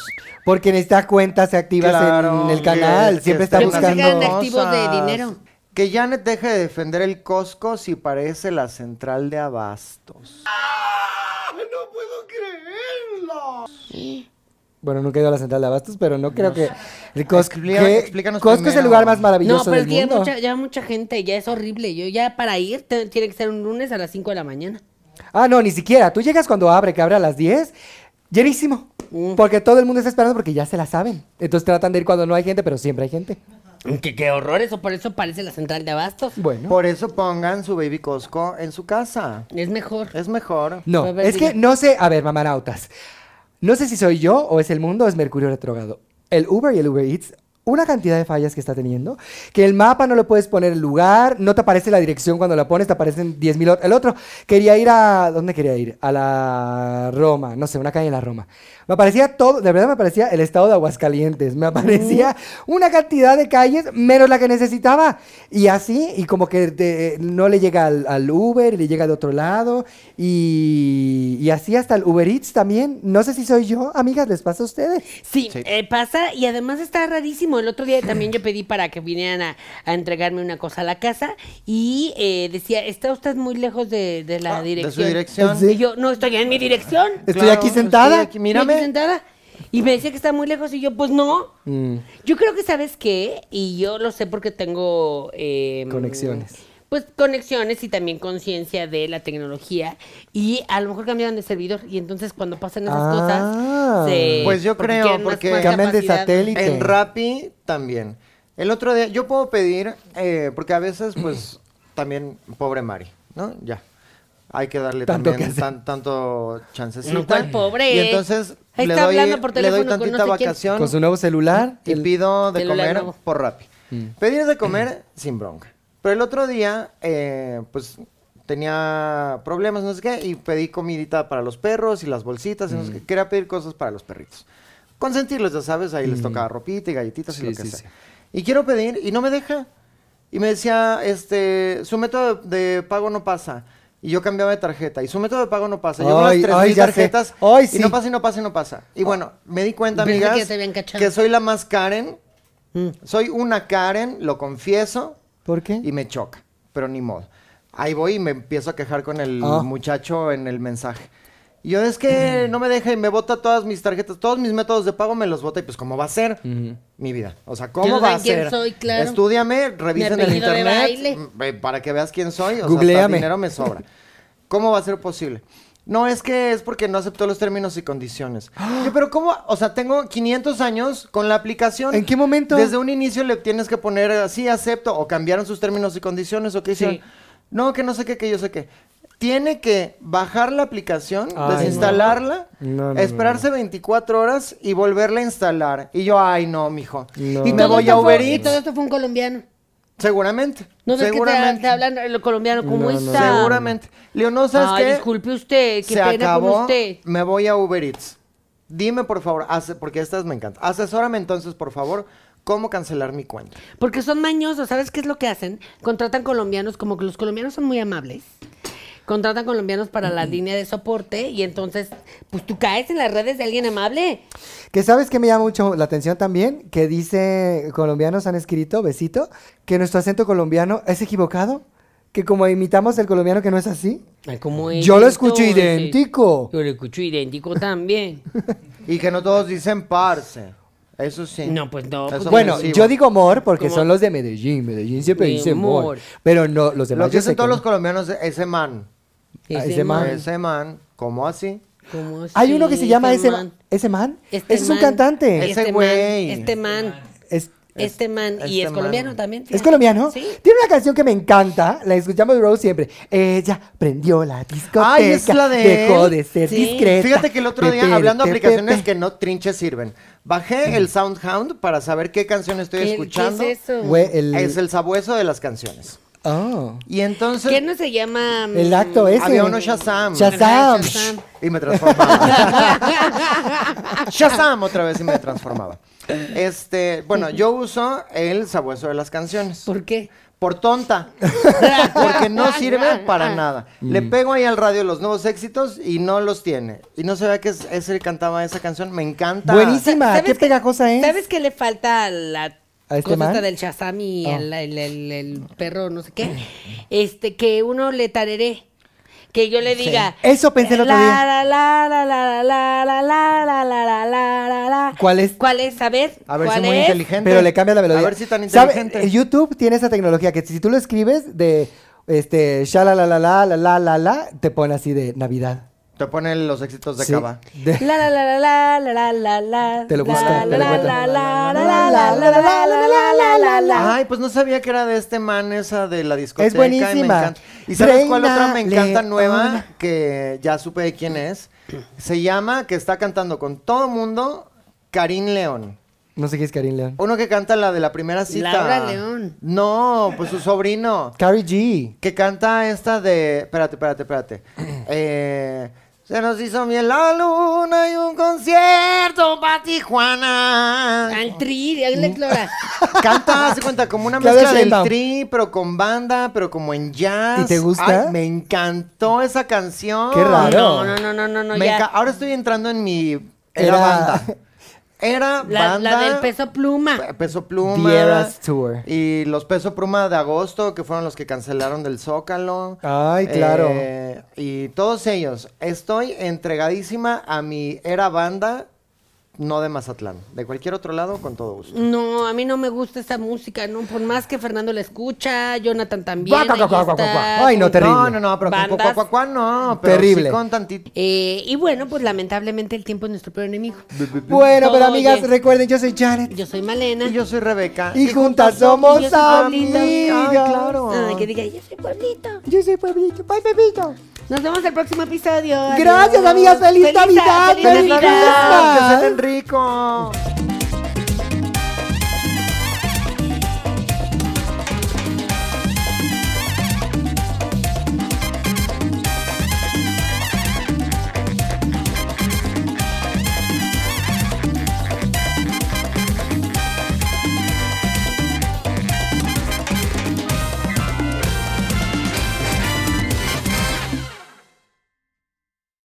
Speaker 4: porque en estas cuentas se activas
Speaker 3: Claro,
Speaker 4: en el
Speaker 3: que-
Speaker 4: canal,
Speaker 3: que
Speaker 4: siempre está
Speaker 2: Yo pensé que
Speaker 4: buscando...
Speaker 2: eran activos de
Speaker 3: cosas.
Speaker 2: dinero.
Speaker 3: Que Janet deje de defender el Costco si parece la central de abastos.
Speaker 1: No puedo creerlo.
Speaker 4: Bueno, nunca he ido a la central de abastos, pero no creo que... el Costco,
Speaker 3: Explí-
Speaker 4: que-
Speaker 3: explícanos
Speaker 4: Costco es el
Speaker 3: primero.
Speaker 4: lugar más
Speaker 2: No,
Speaker 4: maravilloso
Speaker 2: pero es
Speaker 4: del
Speaker 2: que ya
Speaker 4: mundo.
Speaker 2: mucha, ya mucha gente, ya es horrible. Yo ya para ir te- tiene que ser un lunes a las 5 de la mañana.
Speaker 4: Ah, no, ni siquiera. Tú llegas cuando abre, que abre a las 10, llenísimo. Porque todo el mundo está esperando porque ya se la saben. Entonces tratan de ir cuando no hay gente, pero siempre hay gente.
Speaker 2: Qué, qué horror, eso por eso parece la central de abastos.
Speaker 4: Bueno.
Speaker 3: Por eso pongan su baby Costco en su casa.
Speaker 2: Es mejor.
Speaker 3: Es mejor.
Speaker 4: No,
Speaker 2: A ver,
Speaker 4: es que
Speaker 2: diga.
Speaker 4: no sé, a ver, mamanautas. No sé si soy yo o es el mundo o es Mercurio retrogrado. El Uber y el Uber Eats, una cantidad de fallas que está teniendo, que el mapa no le puedes poner el lugar, no te aparece la dirección cuando la pones, te aparecen 10.000 ot- El otro, quería ir a... ¿Dónde quería ir? A la Roma, no sé, una calle en la Roma. Me aparecía todo, de verdad me aparecía el estado de Aguascalientes, me aparecía una cantidad de calles menos la que necesitaba. Y así, y como que de- no le llega al, al Uber, y le llega de otro lado, y, y así hasta el Uber Eats también. No sé si soy yo, amigas, les pasa a ustedes.
Speaker 2: Sí,
Speaker 3: Sí.
Speaker 2: eh, pasa y además está rarísimo. El otro día también yo pedí para que vinieran a, a entregarme una cosa a la casa y eh, decía, está usted muy lejos de, de la
Speaker 3: Ah,
Speaker 2: dirección.
Speaker 3: De su dirección.
Speaker 4: Sí.
Speaker 2: Y yo, no estoy en mi dirección.
Speaker 4: Estoy
Speaker 3: Claro,
Speaker 4: aquí sentada.
Speaker 3: estoy aquí, mírame.
Speaker 2: Estoy sentada. Y me decía que está muy lejos y yo, pues no.
Speaker 4: Mm.
Speaker 2: Yo creo que sabes qué, y yo lo sé porque tengo... eh,
Speaker 4: Conexiones.
Speaker 2: Pues conexiones y también conciencia de la tecnología. Y a lo mejor cambiaron de servidor y entonces cuando pasan esas
Speaker 4: Ah.
Speaker 2: cosas... se-
Speaker 3: Pues yo creo,
Speaker 2: quieren más-
Speaker 3: porque-
Speaker 2: más
Speaker 4: Cambian de
Speaker 2: capacidad.
Speaker 4: satélite.
Speaker 3: En Rappi también. El otro día, yo puedo pedir, eh, porque a veces, pues, también, pobre Mari, ¿no? Ya. Hay que darle
Speaker 4: Tanto
Speaker 3: también
Speaker 4: que hacer.
Speaker 3: tan- tanto chancecita.
Speaker 2: No, ¿cuál pobre?
Speaker 3: Y entonces
Speaker 2: Ahí
Speaker 3: le
Speaker 2: está
Speaker 3: doy,
Speaker 2: hablando por
Speaker 3: le doy
Speaker 2: teléfono con
Speaker 3: tantita
Speaker 2: no sé quién.
Speaker 3: vacación
Speaker 4: Con su nuevo celular.
Speaker 3: y
Speaker 4: el-
Speaker 3: pido de
Speaker 2: celular
Speaker 3: comer
Speaker 2: nuevo.
Speaker 3: por Rappi.
Speaker 4: Mm.
Speaker 3: Pedir de comer sin bronca. Pero el otro día, eh, pues tenía problemas, no sé qué, y pedí comidita para los perros y las bolsitas, y
Speaker 4: Mm.
Speaker 3: no sé qué. Quería pedir cosas para los perritos. Consentirlos, ya sabes, ahí les tocaba ropita y galletitas
Speaker 4: Mm. Sí,
Speaker 3: y lo que
Speaker 4: sí,
Speaker 3: sea.
Speaker 4: sí.
Speaker 3: Y quiero pedir, y no me deja. Y me decía, este, su método de, de pago no pasa. Y yo cambiaba de tarjeta. Y su método de pago no pasa. Yo con
Speaker 4: Ay,
Speaker 3: las tres
Speaker 4: ay,
Speaker 3: mil
Speaker 4: ya sé.
Speaker 3: tarjetas.
Speaker 4: Ay,
Speaker 3: Y
Speaker 4: sí.
Speaker 3: no pasa, y no pasa, y no pasa. Y bueno, me di cuenta,
Speaker 2: Pensé que
Speaker 3: amigas,
Speaker 2: ya te habían cachado. Mm.
Speaker 3: que soy la más Karen. Soy una Karen, lo confieso,
Speaker 4: ¿Por qué?
Speaker 3: y me choca, pero ni modo. Ahí voy y me empiezo a quejar con el
Speaker 4: Ah.
Speaker 3: muchacho en el mensaje. Y yo, es que no me deja y me bota todas mis tarjetas, todos mis métodos de pago me los bota. Y pues, ¿cómo va a ser mi vida? O sea, ¿cómo
Speaker 2: no
Speaker 3: va
Speaker 2: sé
Speaker 3: a
Speaker 2: quién
Speaker 3: ser?
Speaker 2: soy, claro.
Speaker 3: Estúdiame, revisen el
Speaker 2: apellido de baile.
Speaker 3: internet m- eh, para que veas quién soy. O sea, hasta
Speaker 4: Googléame.
Speaker 3: dinero me sobra. ¿Cómo va a ser posible? No, es que es porque no aceptó los términos y condiciones.
Speaker 4: ¡Ah!
Speaker 3: Yo, pero ¿cómo? O sea, tengo 500 años con la aplicación.
Speaker 4: ¿En qué momento?
Speaker 3: Desde un inicio le tienes que poner así, acepto, o cambiaron sus términos y condiciones, o qué hicieron.
Speaker 2: Sí.
Speaker 3: No, que no sé qué, que yo sé qué. Tiene que bajar la aplicación,
Speaker 4: Ay,
Speaker 3: desinstalarla,
Speaker 4: no. No, no,
Speaker 3: esperarse 24 horas y volverla a instalar. Y yo, ay, no, mijo.
Speaker 4: No.
Speaker 3: Y
Speaker 4: Y
Speaker 3: me
Speaker 2: todo
Speaker 3: voy
Speaker 2: esto
Speaker 3: a Uber
Speaker 2: fue- Y
Speaker 3: Eats.
Speaker 2: todo esto fue un colombiano.
Speaker 3: Seguramente.
Speaker 2: No ves que te,
Speaker 3: seguramente.
Speaker 2: te hablan el colombiano, ¿cómo
Speaker 4: No, no,
Speaker 2: está?
Speaker 3: Seguramente. Leo, no sabes
Speaker 2: Ay,
Speaker 3: qué?
Speaker 2: disculpe usted, qué
Speaker 3: Se
Speaker 2: pena con
Speaker 3: acabó.
Speaker 2: usted.
Speaker 3: Me voy a Uber Eats. Dime, por favor, ase- porque estas me encantan. Asesórame entonces, por favor, cómo cancelar mi cuenta.
Speaker 2: Porque son mañosos, ¿sabes qué es lo que hacen? Contratan colombianos, como que los colombianos son muy amables. Contratan colombianos para la línea de soporte y entonces, pues tú caes en las redes de alguien amable.
Speaker 4: Que sabes que me llama mucho la atención también, que dice, colombianos han escrito, besito, que nuestro acento colombiano es equivocado, que como imitamos el colombiano que no es así.
Speaker 2: Como
Speaker 4: Yo lo escucho idéntico.
Speaker 2: Yo lo escucho idéntico también.
Speaker 3: Y que no todos dicen parce. Eso sí.
Speaker 2: No, pues no, pues
Speaker 3: Eso
Speaker 4: Bueno,
Speaker 3: ofensivo.
Speaker 4: yo digo mor porque
Speaker 2: Como-
Speaker 4: son los de Medellín, Medellín siempre
Speaker 2: Mi
Speaker 4: dice mor,
Speaker 2: amor.
Speaker 4: pero no, los demás
Speaker 3: Lo que
Speaker 4: yo sé
Speaker 3: dicen todos
Speaker 4: que
Speaker 3: los colombianos es ese man.
Speaker 4: Ah,
Speaker 2: Ese
Speaker 4: ese
Speaker 2: man.
Speaker 4: man.
Speaker 3: Ese man. ¿Cómo así?
Speaker 2: ¿Cómo
Speaker 4: no. Hay uno que
Speaker 2: sí,
Speaker 4: se llama
Speaker 2: este
Speaker 4: ese
Speaker 2: man?
Speaker 4: man, ese man,
Speaker 2: Este
Speaker 4: ese es un
Speaker 2: man,
Speaker 4: cantante.
Speaker 3: Ese güey.
Speaker 2: man, Este man.
Speaker 4: Es-
Speaker 2: este man, y
Speaker 3: este
Speaker 2: es colombiano
Speaker 3: man.
Speaker 2: también.
Speaker 4: ¿Es
Speaker 2: fíjate.
Speaker 4: colombiano?
Speaker 2: Sí.
Speaker 4: Tiene una canción que me encanta, la escuchamos de Rose siempre. Ella prendió la discoteca.
Speaker 3: Ay, es la de
Speaker 4: Dejó
Speaker 3: él.
Speaker 4: de ser
Speaker 2: Sí.
Speaker 4: discreta.
Speaker 3: Fíjate que el otro día,
Speaker 4: Pepe,
Speaker 3: hablando de
Speaker 4: pepe,
Speaker 3: aplicaciones
Speaker 4: pepe.
Speaker 3: que no trinches sirven, bajé el SoundHound para saber qué canción estoy
Speaker 2: ¿Qué- qué
Speaker 3: escuchando.
Speaker 2: es eso?
Speaker 4: Güey, el...
Speaker 3: Es el sabueso de las canciones.
Speaker 4: Oh.
Speaker 3: Y entonces
Speaker 2: ¿Qué no se llama? mm,
Speaker 4: El acto ese.
Speaker 3: había uno Shazam.
Speaker 4: Shazam.
Speaker 2: Ajá, Shazam.
Speaker 3: Y me transformaba. Shazam otra vez y me transformaba. Este, bueno, yo uso el sabueso de las canciones.
Speaker 2: ¿Por qué?
Speaker 3: Por tonta. Porque no sirve para nada.
Speaker 4: Mm.
Speaker 3: Le pego ahí al radio los nuevos éxitos y no los tiene. Y no se vea que es- ese que cantaba esa canción. Me encanta.
Speaker 4: Buenísima,
Speaker 2: ¿Sabes
Speaker 4: qué pegajosa es.
Speaker 2: ¿Sabes qué le falta a la
Speaker 4: Pues, ¿A este
Speaker 2: cosa
Speaker 4: man?
Speaker 2: esta del Shazam y
Speaker 4: Ah.
Speaker 2: el, el- el- el perro, no sé qué? Este, que uno le tareré. Que yo le diga.
Speaker 4: Eso pensé el otro
Speaker 2: la,
Speaker 4: día.
Speaker 2: La, la, la, la, la, la, la, la, la, la, la, la, la.
Speaker 4: ¿Cuál es?
Speaker 2: ¿Cuál es? A ver.
Speaker 3: A ver si
Speaker 2: ¿cuál
Speaker 3: muy
Speaker 2: es?
Speaker 3: inteligente.
Speaker 4: Pero le cambias la melodía.
Speaker 3: A ver si tan
Speaker 4: ¿Sabe?
Speaker 3: inteligente.
Speaker 4: Eh, YouTube tiene esa tecnología que si tú lo escribes de este sha la la la la la la la la te pone así de Navidad.
Speaker 3: Te ponen los éxitos Pues de
Speaker 4: Sí.
Speaker 3: Cava.
Speaker 4: De-
Speaker 2: La, la, la, la, la, la, la, la,
Speaker 4: Te lo
Speaker 2: la,
Speaker 4: busca, te
Speaker 2: la,
Speaker 4: lo
Speaker 2: la,
Speaker 4: cuenta.
Speaker 2: la, la, la, la, la, la, la, la, la, la, la.
Speaker 3: Ay, pues no sabía que era de este man esa de la discoteca.
Speaker 4: Es buenísima.
Speaker 3: Y, me encanta. ¿Y sabes cuál
Speaker 4: Reina
Speaker 3: otra me
Speaker 4: Leona.
Speaker 3: encanta nueva? Que ya supe de quién es. Se llama, que está cantando con todo mundo, Karim León.
Speaker 4: No sé quién es Karim León.
Speaker 3: Uno que canta la de la primera cita.
Speaker 2: Laura León.
Speaker 3: No, pues su sobrino.
Speaker 4: Carrie G.
Speaker 3: Que canta esta de. Espérate, espérate, espérate. Eh, se nos hizo bien la luna y un concierto para Tijuana.
Speaker 2: Antri, Alex Lora.
Speaker 3: Canta, hace cuenta, como una
Speaker 4: Claudia
Speaker 3: mezcla del
Speaker 4: Sheinbaum.
Speaker 3: tri, pero con banda, pero como en jazz.
Speaker 4: ¿Y te gusta?
Speaker 3: Ay, me encantó esa canción.
Speaker 4: Qué raro.
Speaker 2: No, no, no, no, no, no,
Speaker 3: Me
Speaker 2: ya.
Speaker 3: enca- Ahora estoy entrando en mi. Era,
Speaker 4: Era-
Speaker 3: banda. Era
Speaker 2: La,
Speaker 3: banda.
Speaker 2: la del peso pluma.
Speaker 3: Pe- Peso Pluma.
Speaker 4: The Eras Tour.
Speaker 3: Y los Peso Pluma de agosto, que fueron los que cancelaron del Zócalo.
Speaker 4: Ay, claro.
Speaker 3: Eh, y todos ellos. Estoy entregadísima a mi era banda, no de Mazatlán. De cualquier otro lado, con todo gusto.
Speaker 2: No, a mí no me gusta esa música, no, por más que Fernando la escucha, Jonathan también.
Speaker 4: Guau, guau,
Speaker 2: ahí
Speaker 4: guau, guau, guau,
Speaker 2: está.
Speaker 4: guau. Ay, no, terrible.
Speaker 3: No, no, no, pero con
Speaker 2: Bandas.
Speaker 3: Cuacuacuá no. Pero
Speaker 4: Terrible.
Speaker 3: sí con tantito.
Speaker 2: Eh, y bueno, pues lamentablemente el tiempo es nuestro peor enemigo.
Speaker 4: Bueno, pero
Speaker 2: Oye.
Speaker 4: amigas, recuerden, yo soy Janet.
Speaker 2: Yo soy Malena.
Speaker 3: Y yo soy Rebeca.
Speaker 4: Y juntas somos
Speaker 2: yo soy Pablito.
Speaker 4: amigas.
Speaker 3: Ay, claro.
Speaker 2: Ay, que diga, yo soy Pablito.
Speaker 4: Yo soy Pueblito. Bye, Pepito.
Speaker 2: Nos vemos el próximo episodio.
Speaker 4: Gracias,
Speaker 2: Adiós.
Speaker 4: amigas. Feliz Navidad,
Speaker 2: Feliz
Speaker 4: feliz
Speaker 2: Navidad.
Speaker 4: Navidad.
Speaker 3: ¡Que se den rico!